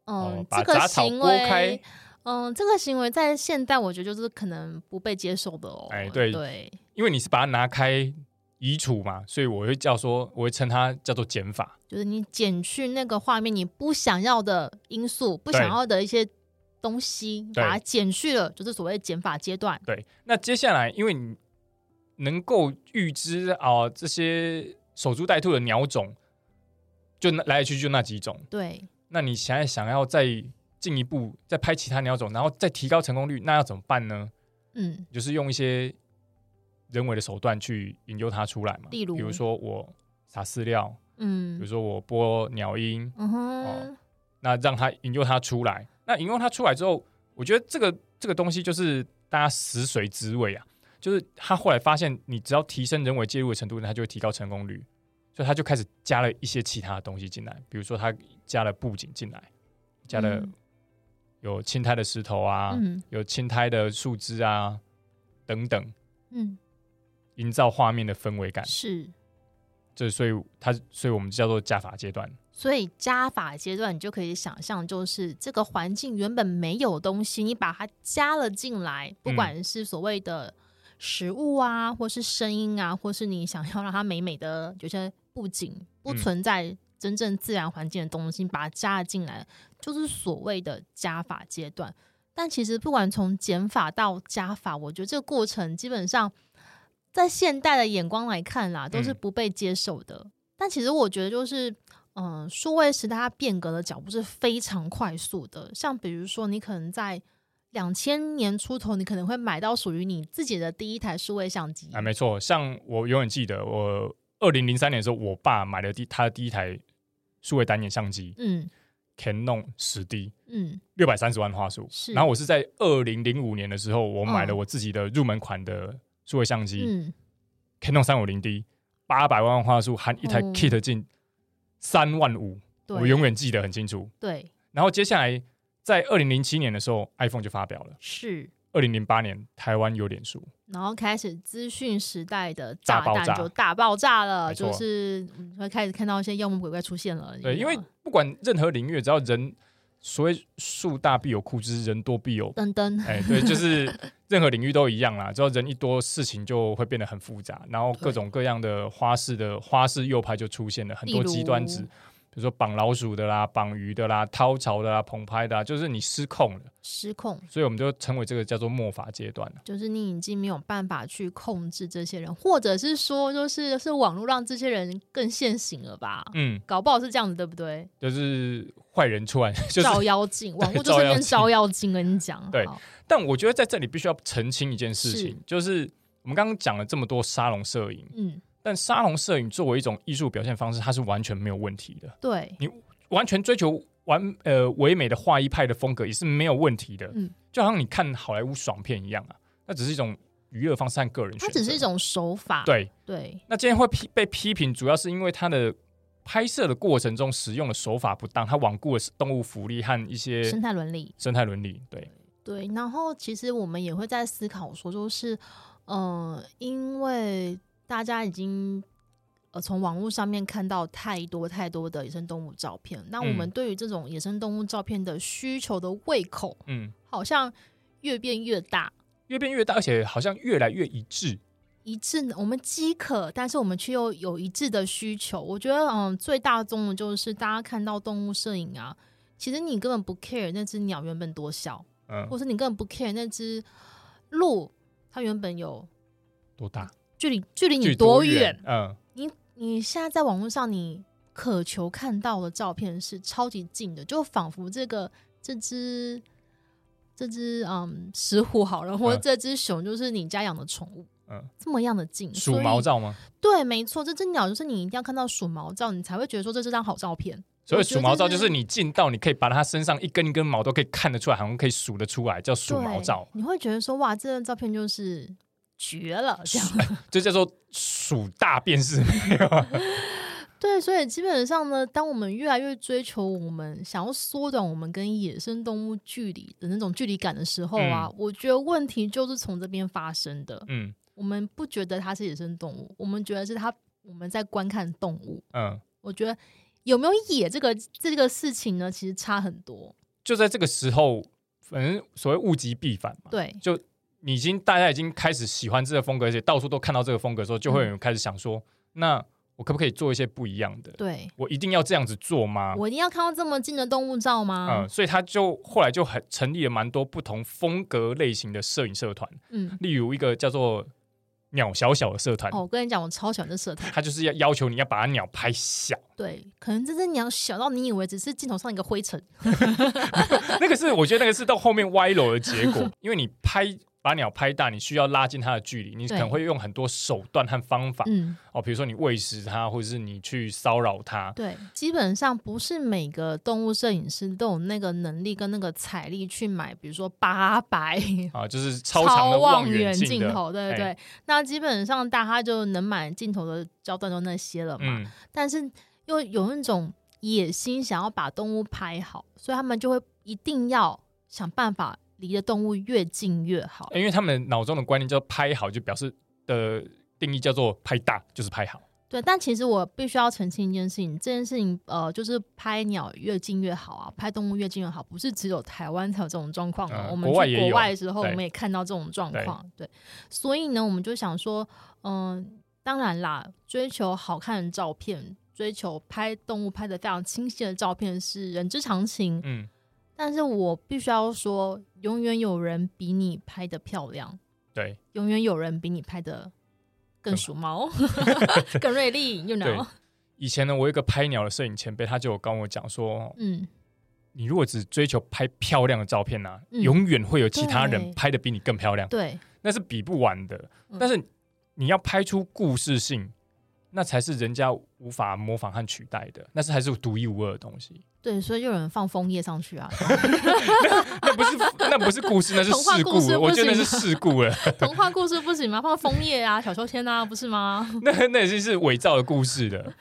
S1: 嗯，
S2: 哦把
S1: 这个
S2: 杂草
S1: 行
S2: 拨开
S1: 为。嗯，这个行为在现代，我觉得就是可能不被接受的哦。
S2: 哎对
S1: 对，
S2: 因为你是把它拿开移除嘛，所以我会叫说，我会称它叫做减法。
S1: 就是你减去那个画面你不想要的因素、不想要的一些东西，
S2: 对
S1: 把它减去了，就是所谓的减法阶段。
S2: 对，那接下来因为你能够预知啊、这些守株待兔的鸟种，就那来来去去就那几种。
S1: 对，
S2: 那你现在想要再进一步再拍其他鸟种，然后再提高成功率，那要怎么办呢？
S1: 嗯，
S2: 就是用一些人为的手段去引诱它出来嘛。
S1: 例如
S2: 比如说我撒饲料，比如
S1: 嗯，
S2: 说我播鸟音，
S1: 嗯哼
S2: 哦，那让它引诱它出来。那引诱它出来之后，我觉得这个这个东西就是大家食髓知味啊，就是他后来发现，你只要提升人为介入的程度，它就会提高成功率，所以他就开始加了一些其他的东西进来，比如说他加了布景进来，加了
S1: 嗯
S2: 有青苔的石头啊，
S1: 嗯
S2: 有青苔的树枝啊等等，
S1: 嗯，
S2: 营造画面的氛围感。
S1: 是。
S2: 这所以它，所以我们叫做加法阶段。
S1: 所以加法阶段，你就可以想象，就是这个环境原本没有东西，你把它加了进来，不
S2: 嗯
S1: 管是所谓的食物啊，或是声音啊，或是你想要让它美美的，有些布景不
S2: 嗯
S1: 存在真正自然环境的东西，你把它加了进来，就是所谓的加法阶段。但其实不管从减法到加法，我觉得这个过程基本上在现代的眼光来看啦，都是
S2: 嗯
S1: 不被接受的。但其实我觉得就是。嗯，数位时代它变革的脚步是非常快速的。像比如说，你可能在两千年出头，你可能会买到属于你自己的第一台数位相机。
S2: 啊，没错，像我永远记得，我二零零三年的时候，我爸买了第他的第一台数位单眼相机
S1: 嗯
S2: Canon 十 D，
S1: 嗯
S2: 六百三十万画素
S1: 是。
S2: 然后我是在二零零五年的时候，我买了
S1: 嗯
S2: 我自己的入门款的数位相机、
S1: 嗯，
S2: Canon 三五零 D，八百万画素含一台
S1: 哦
S2: kit 近三万五，
S1: 对，
S2: 我永远记得很清楚。
S1: 嗯对
S2: 然后接下来在二零零七年的时候，iPhone 就发表了。
S1: 是，
S2: 二零零八年，台湾有脸书，
S1: 然后开始资讯时代的
S2: 大
S1: 炸
S2: 爆
S1: 弹
S2: 炸
S1: 就大爆炸了，
S2: 没
S1: 就
S2: 错
S1: 是你会开始看到一些啊妖魔鬼怪出现了。
S2: 对，
S1: 你
S2: 因
S1: 知道
S2: 为
S1: 吗。
S2: 不管任何领域，只要人所谓树大必有枯枝，人多必有
S1: 噔噔，
S2: 哎，对，就是 任何领域都一样啦。只要人一多，事情就会变得很复杂，然后
S1: 对
S2: 各种各样的花式的花式右派就出现了很
S1: 例
S2: 多极端
S1: 如
S2: 值，比如说绑老鼠的啦、绑鱼的啦、掏潮的啦、澎湃的啦，就是你失控
S1: 嗯
S2: 了，
S1: 失控，
S2: 所以我们就称为这个叫做末法阶段了。
S1: 就是你已经没有办法去控制这些人，或者是说，就是是网络让这些人更现形了吧？
S2: 嗯，
S1: 搞不好是这样子，对不对？
S2: 就是坏人出来， 就是
S1: 照妖 镜，网络就是
S2: 照妖
S1: 变
S2: 镜
S1: 照妖镜，跟你讲，
S2: 对
S1: 好
S2: 但我觉得在这里必须要澄清一件事
S1: 是
S2: 情，就是我们刚刚讲了这么多沙龙摄影，
S1: 嗯，
S2: 但沙龙摄影作为一种艺术表现方式，它是完全没有问题的。
S1: 对，
S2: 完全追求完呃唯美的画意派的风格也是没有问题的。
S3: 嗯
S2: 就好像你看好莱坞爽片一样啊，那只是一种娱乐方式和个人选
S1: 它
S2: 择。
S1: 只是一种手法，
S2: 对。
S1: 对
S2: 那今天会批被批评，主要是因为它的拍摄的过程中使用的手法不当，它罔顾了动物福利和一些
S1: 生态伦理。
S2: 生态伦理。对，
S1: 对，然后其实我们也会在思考说，就是，呃，因为大家已经呃从网络上面看到太多太多的野生动物照片，那我们
S2: 嗯
S1: 对于这种野生动物照片的需求的胃口
S2: 嗯，
S1: 好像越变越大，
S2: 越变越大，而且好像越来越一致。
S1: 一致呢我们饥渴，但是我们却又有一致的需求。我觉得，嗯，最大宗的就是大家看到动物摄影啊，其实你根本不 care 那只鸟原本多小，
S2: 嗯，
S1: 或是你根本不 care 那只鹿它原本有
S2: 多大？
S1: 距离距离
S2: 距
S1: 你多
S2: 远？嗯，
S1: 你你现在在网络上你渴求看到的照片是超级近的，就仿佛这个这只这只嗯石虎好了，或者
S2: 嗯
S1: 这只熊就是你家养的宠物，
S2: 嗯
S1: 这么样的近，
S2: 数
S1: 所以
S2: 毛照吗？
S1: 对，没错，这只鸟就是你一定要看到鼠毛照，你才会觉得说这是张好照片。
S2: 所以
S1: 我觉
S2: 数
S1: 得
S2: 毛照
S1: 这
S2: 就是你近到你可以把它身上一根一根毛都可以看得出来，好像可以数得出来，叫数毛照，
S1: 对你会觉得说哇，这张照片就是绝了，这样。
S2: 这叫做数大便是。
S1: 对，所以基本上呢，当我们越来越追求我们想要缩短我们跟野生动物距离的那种距离感的时候啊，我觉得问题就是从这边发生的。
S2: 嗯
S1: 我们不觉得它是野生动物，我们觉得是它我们在观看动物。
S2: 嗯，
S1: 我觉得有没有野这个这个事情呢，其实差很多。
S2: 就在这个时候，反正所谓物极必反嘛。
S1: 对，
S2: 你已经大家已经开始喜欢这个风格，而且到处都看到这个风格的时候，就会有人开始想说，那我可不可以做一些不一样的？
S1: 对
S2: 嗯我一定要这样子做吗？
S1: 我一定要看到这么近的动物照吗
S2: 嗯，？所以他就后来就很成立了蛮多不同风格类型的摄影社团，
S1: 嗯，
S2: 例如一个叫做“鸟小小”的社团，
S1: 哦，我跟你讲，我超喜欢这社团。
S2: 他就是要要求你要把鸟拍小，
S1: 对，可能这只鸟小到你以为只是镜头上一个灰尘。
S2: 那个是我觉得那个是到后面歪楼的结 果，因为你拍把鸟拍大，你需要拉近它的距离，你可能
S1: 对
S2: 会用很多手段和方法
S1: 嗯，
S2: 哦，比如说你喂食它，或者是你去骚扰它，
S1: 对，基本上不是每个动物摄影师都有那个能力跟那个财力去买，比如说八百
S2: 啊，就是超长的
S1: 望
S2: 远
S1: 镜
S2: 的
S1: 头，对不对？
S2: 哎
S1: 那基本上大家就能买镜头的焦段就那些了嘛，
S2: 嗯，
S1: 但是又有那种野心想要把动物拍好，所以他们就会一定要想办法离的动物越近越好。
S2: 因为他们脑中的观念叫拍好，就表示的定义叫做拍大，就是拍好。
S1: 对，但其实我必须要澄清一件事情，这件事情呃，就是拍鸟越近越好啊，拍动物越近越好，不是只有台湾才有这种状况哦。
S2: 嗯
S1: 我们
S2: 国外
S1: 去
S2: 也
S1: 国
S2: 有
S1: 外的时候，我
S2: 对
S1: 们也看到这种状况，对，所以呢，我们就想说，嗯、当然啦，追求好看的照片，追求拍动物拍的非常清晰的照片是人之常情，
S2: 嗯，
S1: 但是我必须要说，永远有人比你拍的漂亮，
S2: 对
S1: 永远有人比你拍的更
S2: 更
S1: 鼠毛、 更锐利，you
S2: 对
S1: know。。
S2: 以前呢，我有一个拍鸟的摄影前辈，他就有跟我讲说，
S1: 嗯，
S2: 你如果只追求拍漂亮的照片呢、啊，
S1: 嗯
S2: 永远会有其他
S1: 对
S2: 人拍的比你更漂亮，
S1: 对，
S2: 那是比不完的
S1: 嗯。
S2: 但是你要拍出故事性，那才是人家无法模仿和取代的，那是还是独一无二的东西。
S1: 对，所以就有人放枫叶上去 啊，
S2: 那不是那不是故事，那是
S1: 童话
S2: 事
S1: 故事
S2: 故。我觉得
S1: 不
S2: 那是
S1: 行
S2: 事故了。
S1: 童话故事不行吗？放枫叶啊，小秋千啊，不是吗？
S2: 那那已经是伪造的故事的。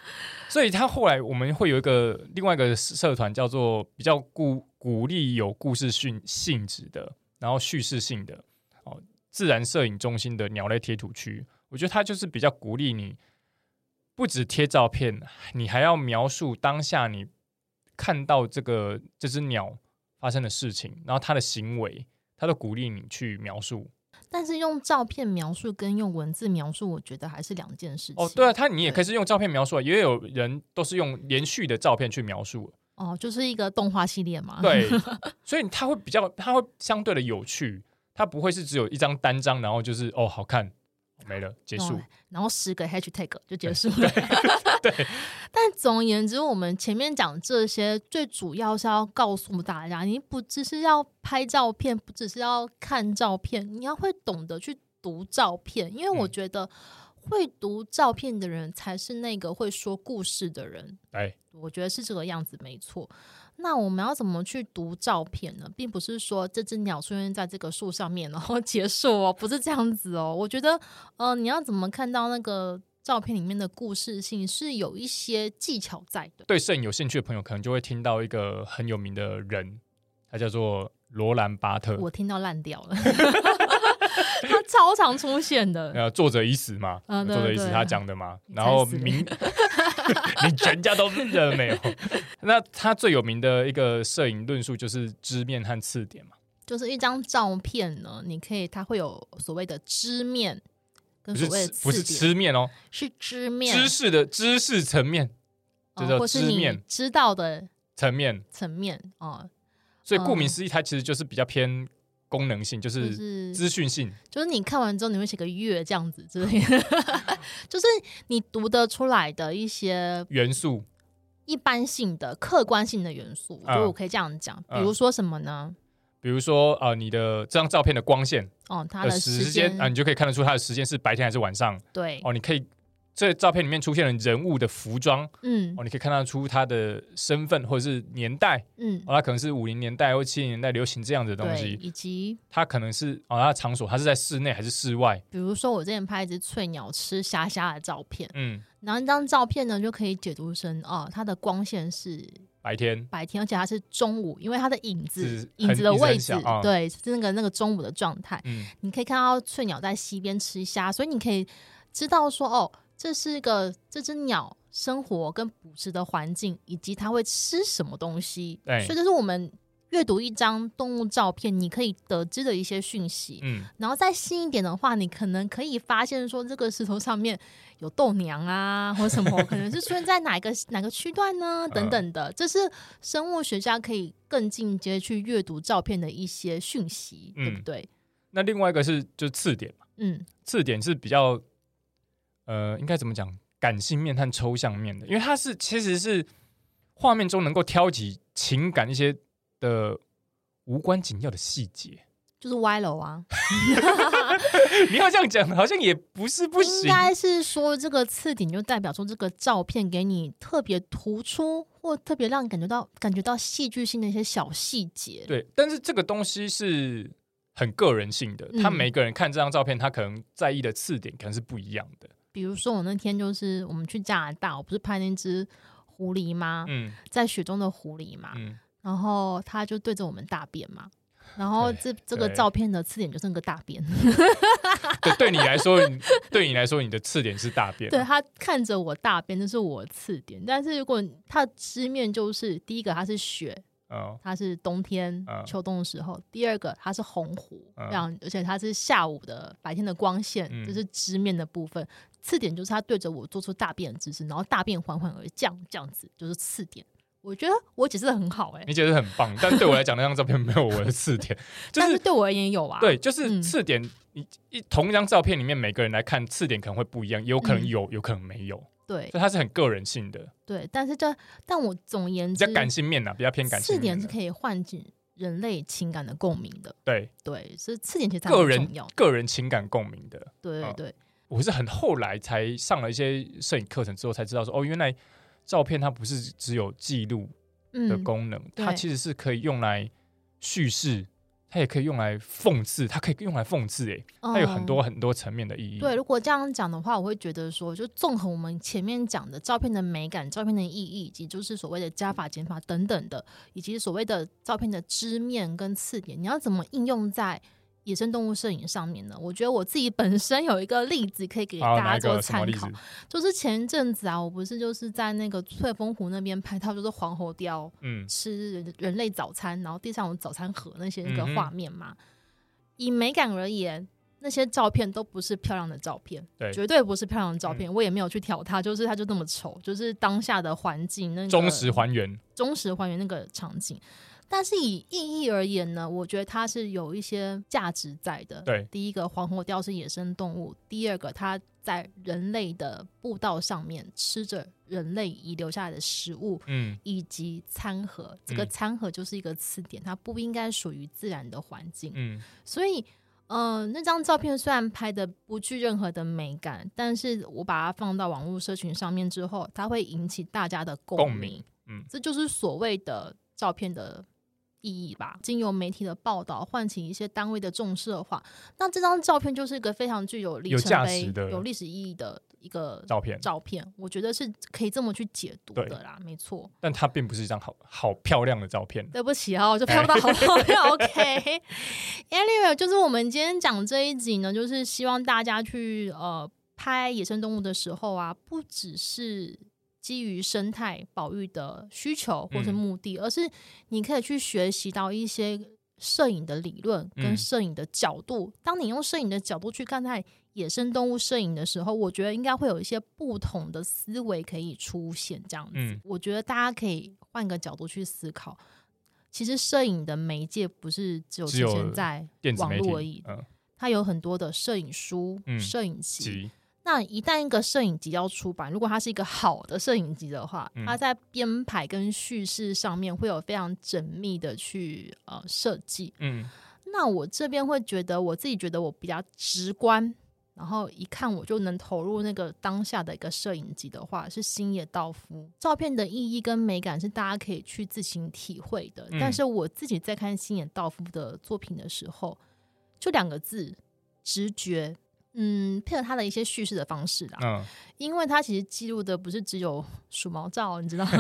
S2: 所以他后来我们会有一个另外一个社团叫做比较鼓鼓励有故事性性质的，然后叙事性的哦，自然摄影中心的鸟类贴图区，我觉得它就是比较鼓励你，不止贴照片，你还要描述当下你看到这个这只鸟发生的事情，然后它的行为，它都鼓励你去描述。
S1: 但是用照片描述跟用文字描述，我觉得还是两件事情。
S2: 哦，对啊，他你也可以是用照片描述啊，也有人都是用连续的照片去描述，
S1: 哦，就是一个动画系列嘛。，
S2: 对，所以它会比较，它会相对的有趣，它不会是只有一张单张，然后就是哦好看没了结束，
S1: 然后十个 hashtag 就结束了。对， 但总而言之，我们前面讲这些，最主要是要告诉大家，你不只是要拍照片，不只是要看照片，你要会懂得去读照片，因为我
S2: 嗯
S1: 觉得会读照片的人才是那个会说故事的人。
S2: 哎，
S1: 我觉得是这个样子，没错。那我们要怎么去读照片呢？并不是说这只鸟出现在这个树上面然后 结束哦，不是这样子哦。我觉得，呃，你要怎么看到那个照片里面的故事性，是有一些技巧在的。
S2: 对摄影有兴趣的朋友，可能就会听到一个很有名的人，他叫做罗兰巴特。
S1: 我听到烂掉了， 它超常出现的。
S2: 呃，作者已死嘛，呃
S1: 嗯对
S2: 作者已
S1: 对
S2: 死
S1: 对
S2: 他讲的嘛，
S1: 你
S2: 然后
S1: 才死嘞
S2: 名， 你全家都认了没有？ 那他最有名的一个摄影论述就是知面和次点嘛，
S1: 就是一张照片呢，你可以它会有所谓的知面
S2: 不
S1: 跟
S2: 是
S1: 所谓的
S2: 吃不是
S1: 次点，
S2: 吃面哦，
S1: 是知面，
S2: 知识的知识层面
S1: 哦
S2: 这叫
S1: 或是
S2: 知
S1: 你
S2: 面
S1: 知道的
S2: 层面，
S1: 层面哦，
S2: 所以顾
S1: 嗯
S2: 名思义，它其实就是比较偏功能性，就
S1: 就是是
S2: 资讯性。
S1: 就是你看完之后，你会写个月这样子之类的， 就是你读得出来的一些
S2: 元素，
S1: 一般性的、客观性的元素，我
S2: 嗯
S1: 觉得我可以这样讲。比
S2: 嗯
S1: 如说什么呢？
S2: 比如说呃，你的这张照片的光线
S1: 哦，它
S2: 的
S1: 的
S2: 时
S1: 间
S2: 间啊、你就可以看得出它的时间是白天还是晚上
S1: 对，
S2: 哦。你可以这照片里面出现的人物的服装
S1: 嗯
S2: 哦，你可以看得出他的身份或者是年代
S1: 嗯，
S2: 哦，他可能是五零年代或七零年代流行这样子的东
S1: 对，
S2: 西，
S1: 以及
S2: 他可能是哦，他的场所他是在室内还是室外？
S1: 比如说我之前拍一只翠鸟吃虾虾的照片，
S2: 嗯，
S1: 然后那张照片呢就可以解读成哦，它的光线是
S2: 白天
S1: 白天，而且它是中午，因为它的影子
S2: 是
S1: 影
S2: 很
S1: 子的
S2: 影子很
S1: 位置
S2: 小，啊
S1: 对，是那个那个中午的状态。
S2: 嗯
S1: 你可以看到翠鸟在溪边吃虾，所以你可以知道说，哦，这是一个这只鸟生活跟捕食的环境，以及它会吃什么东西。
S2: 对
S1: 所以这是我们阅读一张动物照片，你可以得知的一些讯息。
S2: 嗯，
S1: 然后再细一点的话，你可能可以发现说，这个石头上面有豆娘啊，或什 么，可能是出现在哪个哪个区段
S2: 嗯
S1: 呢？等等的，这是生物学家可以更进阶去阅读照片的一些讯息，对不
S2: 嗯
S1: 对？
S2: 那另外一个是就是次点嘛，
S1: 嗯，
S2: 次点是比较呃，应该怎么讲？感性面和抽象面的，因为它是其实是画面中能够挑起情感一些的无关紧要的细节。
S1: 就是歪楼啊，
S2: 你要这样讲，好像也不是不
S1: 应
S2: 行。
S1: 该是说这个次点就代表说这个照片给你特别突出或特别让你感觉到感觉到戏剧性的一些小细节。
S2: 对，但是这个东西是很个人性的，他
S1: 嗯
S2: 每个人看这张照片，他可能在意的次点可能是不一样的。
S1: 比如说我那天就是我们去加拿大，我不是拍那只狐狸吗？
S2: 嗯
S1: 在雪中的狐狸嘛，
S2: 嗯，
S1: 然后它就对着我们大便 嘛。然后这这个
S2: 对
S1: 照片的次点就是那个大便，
S2: 对，对你来说，你对你来说，你的次点是大便。
S1: 对，它看着我大便，这是我的次点。但是如果它的知面就是第一个它是雪，
S2: 嗯
S1: 它是冬天、
S2: 嗯
S1: 秋冬的时候；第二个它是红湖，
S2: 嗯
S1: 这样，而且它是下午的白天的光线，
S2: 嗯
S1: 这是知面的部分。次点就是它对着我做出大便的姿势，然后大便缓缓而降，这样子就是次点。我觉得我解释的很好、欸，
S2: 你觉得很棒，但对我来讲，那张照片没有我的次 点，就
S1: 但
S2: 是
S1: 是对我而言有啊，
S2: 对，就
S1: 嗯
S2: 是次点，你一同一张照片里面，每个人来看次点可能会不一样，也有
S1: 嗯
S2: 可能有，有可能没有，
S1: 对
S2: 所以它是很个人性的，
S1: 对，但是这但我总而言
S2: 比
S1: 之
S2: 较，感性面呐，比较偏感性
S1: 次
S2: 面
S1: 点是
S2: 的。
S1: 可以唤起人类情感的共鸣的，
S2: 对
S1: 对，所以次点其实还
S2: 个
S1: 蛮
S2: 人
S1: 重要的，
S2: 个人情感共鸣的。
S1: 对对
S2: 嗯
S1: 对，
S2: 我是很后来才上了一些摄影课程之后才知道说，哦，原来照片它不是只有记录的
S1: 嗯，
S2: 功能，
S1: 对
S2: 它其实是可以用来叙事，它也可以用来讽刺，它可以用来讽刺、欸，它有很
S1: 嗯
S2: 多很多层面的意义。
S1: 对，如果这样讲的话，我会觉得说，就纵横我们前面讲的照片的美感、照片的意义，以及就是所谓的加法、减法等等的，以及所谓的照片的知面跟次点，你要怎么应用在野生动物摄影上面呢？我觉得我自己本身有一个例子可以给
S2: 好，
S1: 大
S2: 啊拿
S1: 家
S2: 一
S1: 做
S2: 个什么
S1: 参
S2: 例
S1: 考
S2: 子？，
S1: 就是前一阵子啊，我不是就是在那个翠峰湖那边拍到，就是黄喉貂
S2: 嗯
S1: 吃人人类早餐，然后地上有早餐盒那些那个
S2: 嗯哼
S1: 画面嘛。以美感而言，那些照片都不是漂亮的照片，
S2: 对嗯
S1: 绝对不是漂亮的照片。我也没有去挑它，就是它就那么丑，就是当下的环境那个嗯
S2: 忠实还原，
S1: 忠实还原那个场景。但是以意义而言呢，我觉得它是有一些价值在的。
S2: 对
S1: 第一个，黄喉貂是野生动物；第二个，它在人类的步道上面吃着人类遗留下来的食物，
S2: 嗯
S1: 以及餐盒。这个
S2: 嗯
S1: 餐盒就是一个词典，它不应该属于自然的环境。
S2: 嗯，
S1: 所以，呃，那张照片虽然拍的不具任何的美感，但是我把它放到网络社群上面之后，它会引起大家的
S2: 共
S1: 鸣
S2: 鸣。嗯
S1: 这就是所谓的照片的意义吧。经由媒体的报道，唤起一些单位的重视的话，那这张照片就是一个非常具有里
S2: 有
S1: 程
S2: 价
S1: 碑
S2: 值、的
S1: 有历史意义的一个
S2: 照片，
S1: 照片。我觉得是可以这么去解读
S2: 对
S1: 的啦，没错。
S2: 但它并不是一张好好漂亮的照片。哎
S1: 对不起啊，我就拍不到好 照片。OK，anyway，、就是我们今天讲这一集呢，就是希望大家去呃拍野生动物的时候啊，不只是基于生态保育的需求或是
S2: 嗯
S1: 目的，而是你可以去学习到一些摄影的理论跟
S2: 嗯
S1: 摄影的角度。当你用摄影的角度去看待野生动物摄影的时候，我觉得应该会有一些不同的思维可以出现。这样子，
S2: 嗯
S1: 我觉得大家可以换个角度去思考。其实摄影的媒介不是只有
S2: 只
S1: 之
S2: 有
S1: 前在
S2: 电子
S1: 网
S2: 媒
S1: 络而已
S2: 体，，嗯，
S1: 它有很多的摄影书、
S2: 嗯
S1: 摄影集。
S2: 急，
S1: 那一旦一个摄影集要出版，如果它是一个好的摄影集的话，
S2: 嗯
S1: 它在编排跟叙事上面会有非常缜密的去呃设计。
S2: 嗯
S1: 那我这边会觉得，我自己觉得我比较直观，然后一看我就能投入那个当下的一个摄影集的话，是星野道夫。照片的意义跟美感是大家可以去自行体会的。
S2: 嗯
S1: 但是我自己在看星野道夫的作品的时候，就两个字：直觉。嗯，配合他的一些叙事的方式啦，
S2: 嗯，
S1: 因为它其实记录的不是只有鼠毛照，你知道吗？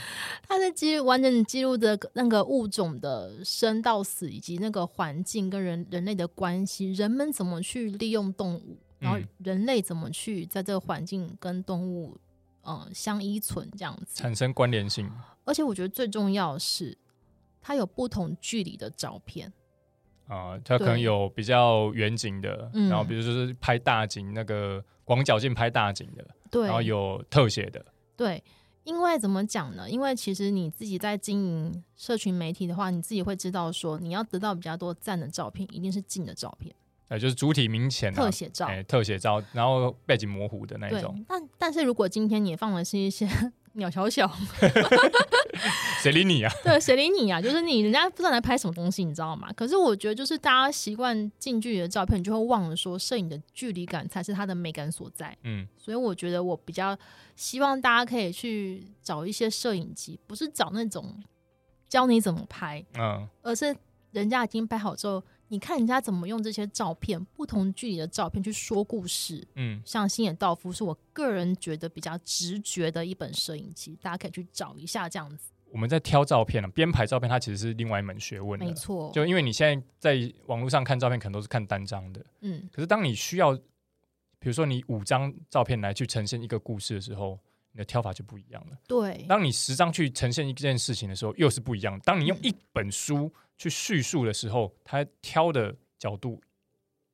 S1: 它是记录完整记录的那个物种的生到死，以及那个环境跟人人类的关系，人们怎么去利用动物，然后
S2: 嗯
S1: 人类怎么去在这个环境跟动物呃相依存这样子。
S2: 产生关联性
S1: 而且我觉得最重要的是，它有不同距离的照片，
S2: 啊，它可能
S1: 对
S2: 有比较远景的，
S1: 嗯
S2: 然后比如就是拍大景那个广角镜拍大景的，
S1: 对，
S2: 然后有特写的，
S1: 对，因为怎么讲呢？因为其实你自己在经营社群媒体的话，你自己会知道说，你要得到比较多赞的照片，一定是近的照片，
S2: 呃，就是主体明显啊
S1: 特，写照。
S2: 哎，特写照，然后背景模糊的那一
S1: 对
S2: 种，，
S1: 但但是如果今天你放的是一些 鸟小 小，
S2: 谁理你啊？
S1: 对，谁理你啊？就是你人家不知道你在拍什么东西，你知道吗？可是我觉得，就是大家习惯近距离的照片，你就会忘了说，摄影的距离感才是它的美感所在。
S2: 嗯，
S1: 所以我觉得我比较希望大家可以去找一些摄影集，不是找那种教你怎么拍，
S2: 嗯
S1: 而是人家已经拍好之后，你看人家怎么用这些照片、不同距离的照片去说故事。
S2: 嗯，
S1: 像星野道夫是我个人觉得比较直觉的一本摄影集，大家可以去找一下这样子。
S2: 我们在挑照片啊，编排照片，它其实是另外一门学问
S1: 没
S2: 的。
S1: 错，
S2: 就因为你现在在网络上看照片，可能都是看单张的，
S1: 嗯，
S2: 可是当你需要，比如说你五张照片来去呈现一个故事的时候，你的挑法就不一样了。
S1: 对，
S2: 当你十张去呈现一件事情的时候，又是不一样。当你用
S1: 嗯
S2: 一本书去叙述的时候，它挑的角度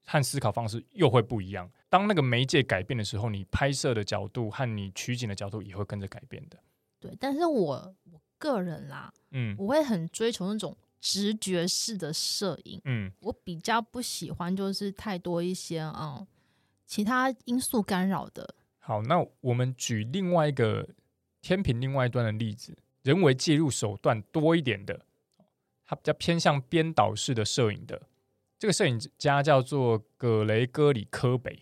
S2: 和思考方式又会不一样。当那个媒介改变的时候，你拍摄的角度和你取景的角度也会跟着改变的。
S1: 对。但是我我个人啦，
S2: 嗯
S1: 我会很追求那种直觉式的摄影。
S2: 嗯
S1: 我比较不喜欢就是太多一些嗯其他因素干扰的。
S2: 好，那我们举另外一个天平另外一端的例子，人为介入手段多一点的，它比较偏向编导式的摄影的。这个摄影家叫做葛雷戈里科北，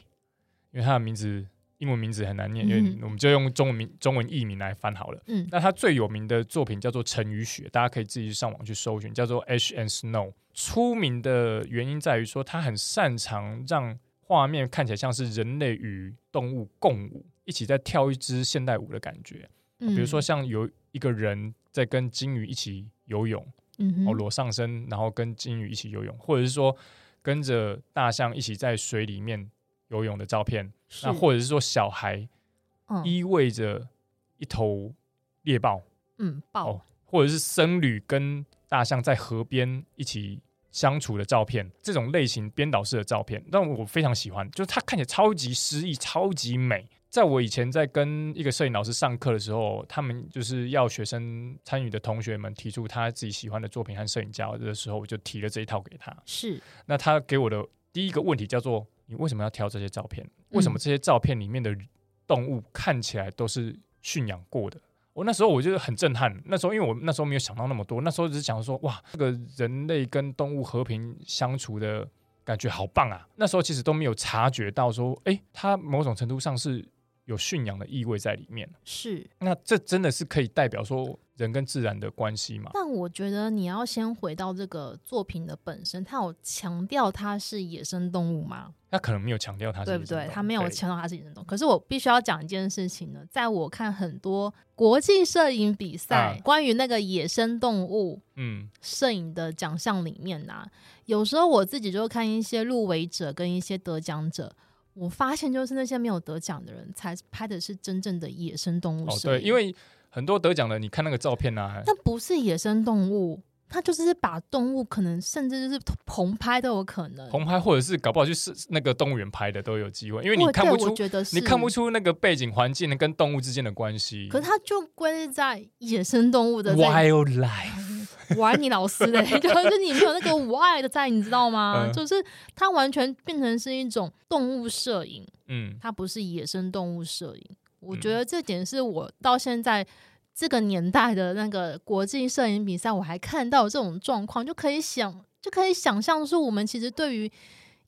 S2: 因为他的名字英文名字很难念，
S1: 嗯
S2: 因为我们就用中文名中文译名来翻好了。
S1: 嗯
S2: 那他最有名的作品叫做《晨与雪》，大家可以自己上网去搜寻，叫做《Ash and Snow》。出名的原因在于说，他很擅长让画面看起来像是人类与动物共舞，一起在跳一支现代舞的感觉。
S1: 嗯
S2: 啊比如说，像有一个人在跟鲸鱼一起游泳，
S1: 嗯哼
S2: 哦，裸上身，然后跟鲸鱼一起游泳，或者是说跟着大象一起在水里面游泳的照片。
S1: 是
S2: 那或者是说，小孩
S1: 嗯
S2: 依偎着一头猎豹。
S1: 嗯爆
S2: 哦或者是僧侣跟大象在河边一起相处的照片，这种类型编导式的照片，让我非常喜欢。就是它看起来超级诗意，超级美。在我以前在跟一个摄影老师上课的时候，他们就是要学生参与的同学们提出他自己喜欢的作品和摄影家的时候，我就提了这一套给他。
S1: 是
S2: 那他给我的第一个问题叫做：你为什么要挑这些照片？
S1: 嗯
S2: 为什么这些照片里面的动物看起来都是驯养过的？我那时候我就很震撼，那时候因为我那时候没有想到那么多，那时候只是想说，哇，这个人类跟动物和平相处的感觉好棒啊！那时候其实都没有察觉到说，诶，它某种程度上是有驯养的意味在里面。
S1: 是，
S2: 那这真的是可以代表说人跟自然的关系吗？
S1: 但我觉得你要先回到这个作品的本身，它有强调它是野生动物吗？
S2: 他可能没有强调它是
S1: 对
S2: 野
S1: 不
S2: 生
S1: 对？
S2: 动物
S1: 他没有强调它是野生动物。可是我必须要讲一件事情呢，在我看很多国际摄影比赛、
S2: 啊
S1: 关于那个野生动物
S2: 嗯
S1: 摄影的奖项里面呐、有时候我自己就看一些入围者跟一些得奖者。我发现，就是那些没有得奖的人，才拍的是真正的野生动物
S2: 哦
S1: 摄影。
S2: 对，因为很多得奖的，你看那个照片啊，
S1: 那不是野生动物，它就是把动物可能甚至就是棚拍都有可能。
S2: 红拍或者是搞不好就是那个动物园拍的都有机会，因为
S1: 我
S2: 你看不
S1: 哦对我
S2: 出。
S1: 觉得是
S2: 你看不。出那个背景环境跟动物之间的关系。
S1: 可是它就归类在野生动物的在
S2: wildlife，
S1: 玩你老师嘞， 就是你没有那个无爱的在，你知道吗？
S2: 嗯
S1: 就是它完全变成是一种动物摄影，
S2: 嗯，
S1: 它不是野生动物摄影。我
S2: 嗯
S1: 觉得这点是我到现在这个年代的那个国际摄影比赛，我还看到这种状况，就可以想就可以想象说，我们其实对于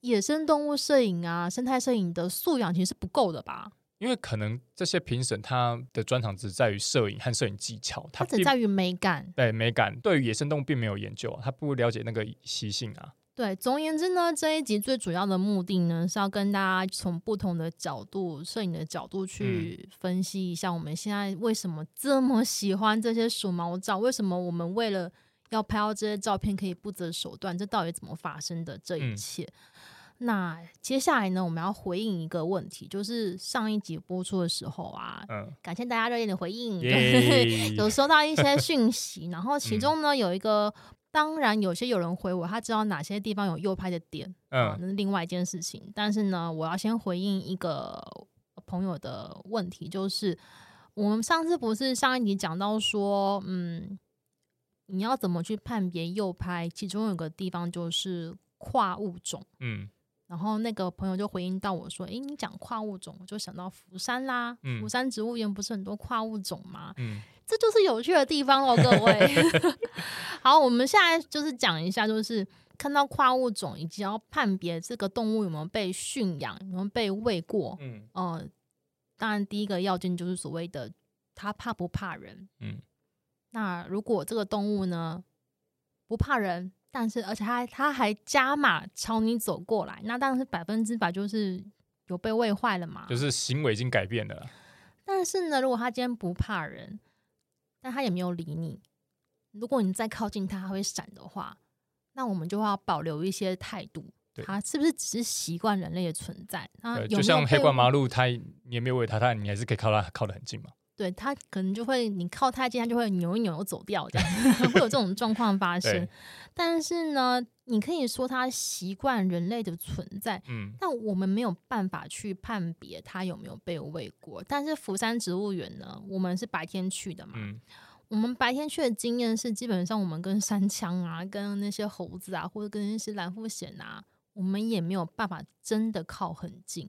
S1: 野生动物摄影啊、生态摄影的素养其实是不够的吧？
S2: 因为可能这些评审他的专长只在于摄影和摄影技巧，他
S1: 它只
S2: 并
S1: 在于美感。
S2: 对美感，对于野生动物并没有研究啊，他不了解那个习性啊。
S1: 对，总而言之呢，这一集最主要的目的呢，是要跟大家从不同的角度、摄影的角
S2: 嗯
S1: 度去分析一下，我们现在为什么这么喜欢这些鼠毛照？为什么我们为了要拍到这些照片可以不择手段？这到底怎么发生的？这一
S2: 嗯
S1: 切。那接下来呢，我们要回应一个问题，就是上一集播出的时候啊，
S2: 嗯，
S1: 感谢大家热烈的回应。对。
S2: 耶，
S1: 有收到一些讯息，然后
S2: 嗯
S1: 其中呢有一个，当然有些有人回我，他知道哪些地方有右拍的点，啊，
S2: 嗯
S1: 那是另外一件事情。但是呢，我要先回应一个朋友的问题，就是我们上次不是上一集讲到说，嗯，你要怎么去判别右拍？其中有个地方就是跨物种。
S2: 嗯
S1: 然后那个朋友就回应到我说：“诶，你讲跨物种，我就想到福山啦，
S2: 嗯
S1: 福山植物园不是很多跨物种吗？
S2: 嗯，
S1: 这就是有趣的地方喽，各 位。好，我们现在就是讲一下，就是看到跨物种以及要判别这个动物有没有被驯养，有没有被喂过。
S2: 嗯
S1: 呃，当然第一个要件就是所谓的它怕不怕人。
S2: 嗯，
S1: 那如果这个动物呢不怕人，但是而且它它还加码朝你走过来，那当然是百分之百就是有被喂坏了嘛。
S2: 就是行为已经改变了啦。
S1: 但是呢，如果他今天不怕人，但他也没有理你，如果你再靠近他，他会闪的话，那我们就要保留一些态度。
S2: 对
S1: 他是不是只是习惯人类的存在？那有
S2: 对，呃就
S1: 没有
S2: 像黑
S1: 被
S2: 冠麻鹿，它你也没有喂它，它你还是可以靠它靠得很近嘛。
S1: 对他可能就会你靠太近，他就会扭一扭走掉，这样 会有这种状况发生
S2: 对。，
S1: 但是呢，你可以说他习惯人类的存在，
S2: 嗯
S1: 但我们没有办法去判别他有没有被喂过。但是福山植物园呢，我们是白天去的嘛，
S2: 嗯
S1: 我们白天去的经验是，基本上我们跟山枪啊、跟那些猴子啊，或者跟那些蓝腹鹇啊，我们也没有办法真的靠很近，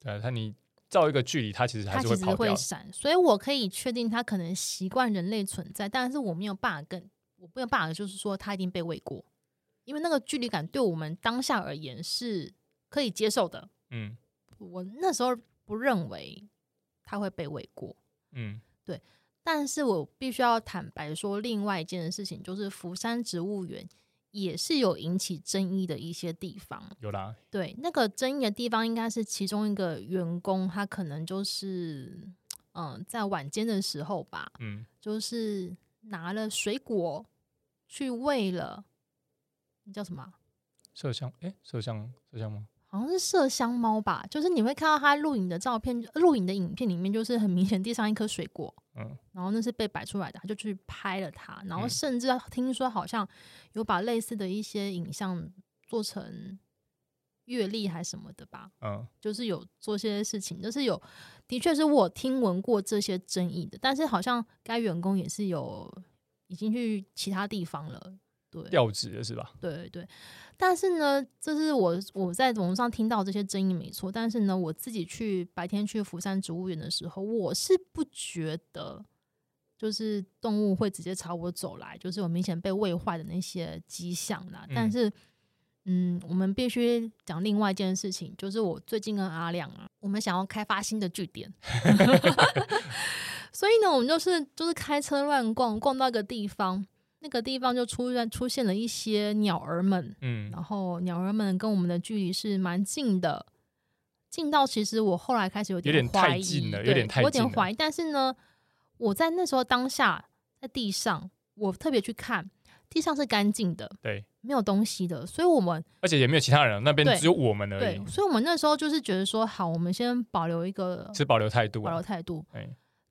S2: 对啊，它你照一个距离，它其实还
S1: 它
S2: 是
S1: 其
S2: 会
S1: 实
S2: 跑掉
S1: 会
S2: 的。
S1: 闪。所以我可以确定，它可能习惯人类存在，但是我没有办法跟，我没有办法就是说它一定被喂过，因为那个距离感对我们当下而言是可以接受的。
S2: 嗯
S1: 我那时候不认为它会被喂过。
S2: 嗯
S1: 但是我必须要坦白说，另外一件事情就是福山植物园也是有引起争议的一些地方。
S2: 有啦，
S1: 对，那个争议的地方应该是其中一个员工，他可能就是嗯、呃在晚间的时候吧，
S2: 嗯
S1: 就是拿了水果去喂了，那叫什么啊？
S2: 麝香，哎，麝香，麝香吗？
S1: 好像是麝香猫吧，就是你会看到它录影的照片、录影的影片里面，就是很明显地上一颗水果，
S2: 嗯，
S1: 然后那是被摆出来的，他就去拍了它，然后
S2: 嗯
S1: 甚至听说好像有把类似的一些影像做成阅历还什么的吧，
S2: 嗯
S1: 就是有做些事情，就是有，的确是我听闻过这些争议的，但是好像该员工也是有已经去其他地方了，对，
S2: 调职的是吧？
S1: 对对对，但是呢，这是我我在网上听到这些争议没错，但是呢，我自己去白天去釜山植物园的时候，我是不觉得就是动物会直接朝我走来，就是有明显被喂坏的那些迹象啦。但
S2: 嗯
S1: 是嗯，我们必须讲另外一件事情，就是我最近跟阿亮啊，我们想要开发新的据点， 所以呢，我们就是就是开车乱逛，逛到一个地方，那个地方就出现出现了一些鸟儿们，
S2: 嗯
S1: 然后鸟儿们跟我们的距离是蛮近的，近到其实我后来开始有
S2: 有点太
S1: 怀疑，
S2: 近了有
S1: 对
S2: 点太
S1: 我有点
S2: 近了
S1: 怀疑。但是呢，我在那时候当下在地上，我特别去看，地上是干净的，
S2: 对，
S1: 没有东西的，所以我们
S2: 而且也没有其他人，那边
S1: 对
S2: 只有我们而
S1: 对
S2: 已，，
S1: 所以我们那时候就是觉得说，好，我们先保留一个
S2: 是保留态度
S1: 保
S2: 啊
S1: 留。态度。
S2: 哎，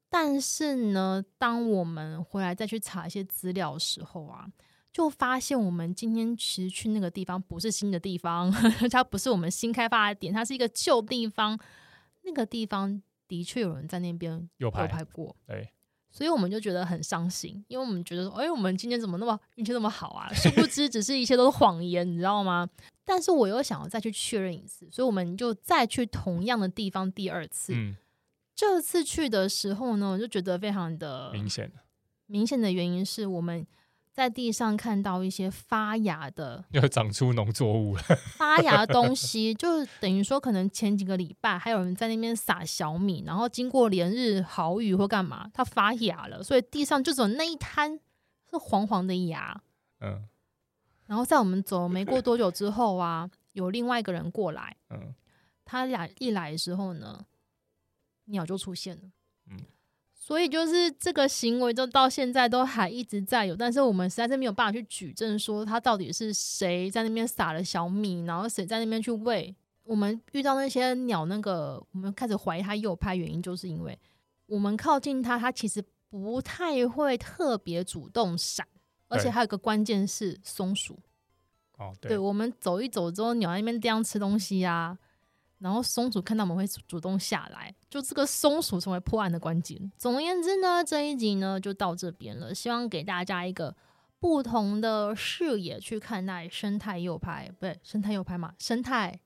S1: 但是呢，当我们回来再去查一些资料的时候啊，就发现我们今天其实去那个地方不是新的地方， 它不是我们新开发的点，它是一个旧地方。那个地方的确有人在那边
S2: 有
S1: 有
S2: 牌，哎
S1: 拍过，
S2: 对，
S1: 所以我们就觉得很伤心，因为我们觉得说，哎、我们今天怎么那么运气那么好啊？ 殊不知，只是一切都是谎言，你知道吗？但是我又想要再去确认一次，所以我们就再去同样的地方第二次。
S2: 嗯，
S1: 这次去的时候呢，我就觉得非常的
S2: 明显
S1: 明显的原因是我们在地上看到一些发芽的
S2: 又长出农作物了。
S1: 发芽的东西，就等于说可能前几个礼拜还有人在那边撒小米，然后经过连日豪雨或干嘛，它发芽了，所以地上就只有那一滩是黄黄的芽。
S2: 嗯
S1: 然后在我们走没过多久之后啊，有另外一个人过来，
S2: 嗯，
S1: 他俩一来的时候呢，鸟就出现了。
S2: 嗯
S1: 所以就是这个行为，就到现在都还一直在有，但是我们实在是没有办法去举证说他到底是谁在那边撒了小米，然后谁在那边去喂。我们遇到那些鸟，那个我们开始怀疑它右派，原因就是因为我们靠近它，它其实不太会特别主动闪，而且
S2: 对
S1: 还有一个关键是松鼠。
S2: 哦
S1: 对
S2: 对，
S1: 我们走一走之后，鸟在那边这样吃东西啊，然后松鼠看到我们会主动下来，就这个松鼠成为破案的关键。总而言之呢，这一集呢就到这边了，希望给大家一个不同的视野去看待生态右拍，不对，生态右拍嘛，生态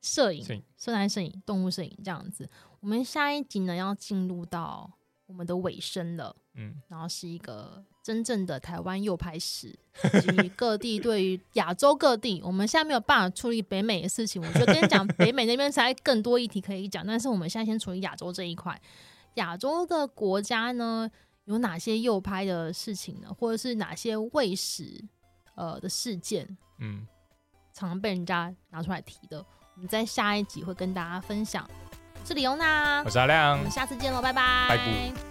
S1: 摄影
S2: 摄影、
S1: 生态摄影、动物摄影这样子。我们下一集呢要进入到我们的尾声了。
S2: 嗯，
S1: 然后是一个真正的台湾右派史，以及各地对于亚洲各地，我们现在没有办法处理北美的事情。我就跟你讲，北美那边才更多议题可以讲，但是我们现在先处理亚洲这一块。亚洲的国家呢，有哪些右派的事情呢？或者是哪些卫史呃的事件，
S2: 嗯，
S1: 常常被人家拿出来提的？我们在下一集会跟大家分享。我是李欧娜
S2: 我，是阿亮
S1: 我们。下次见喽，拜
S2: 拜拜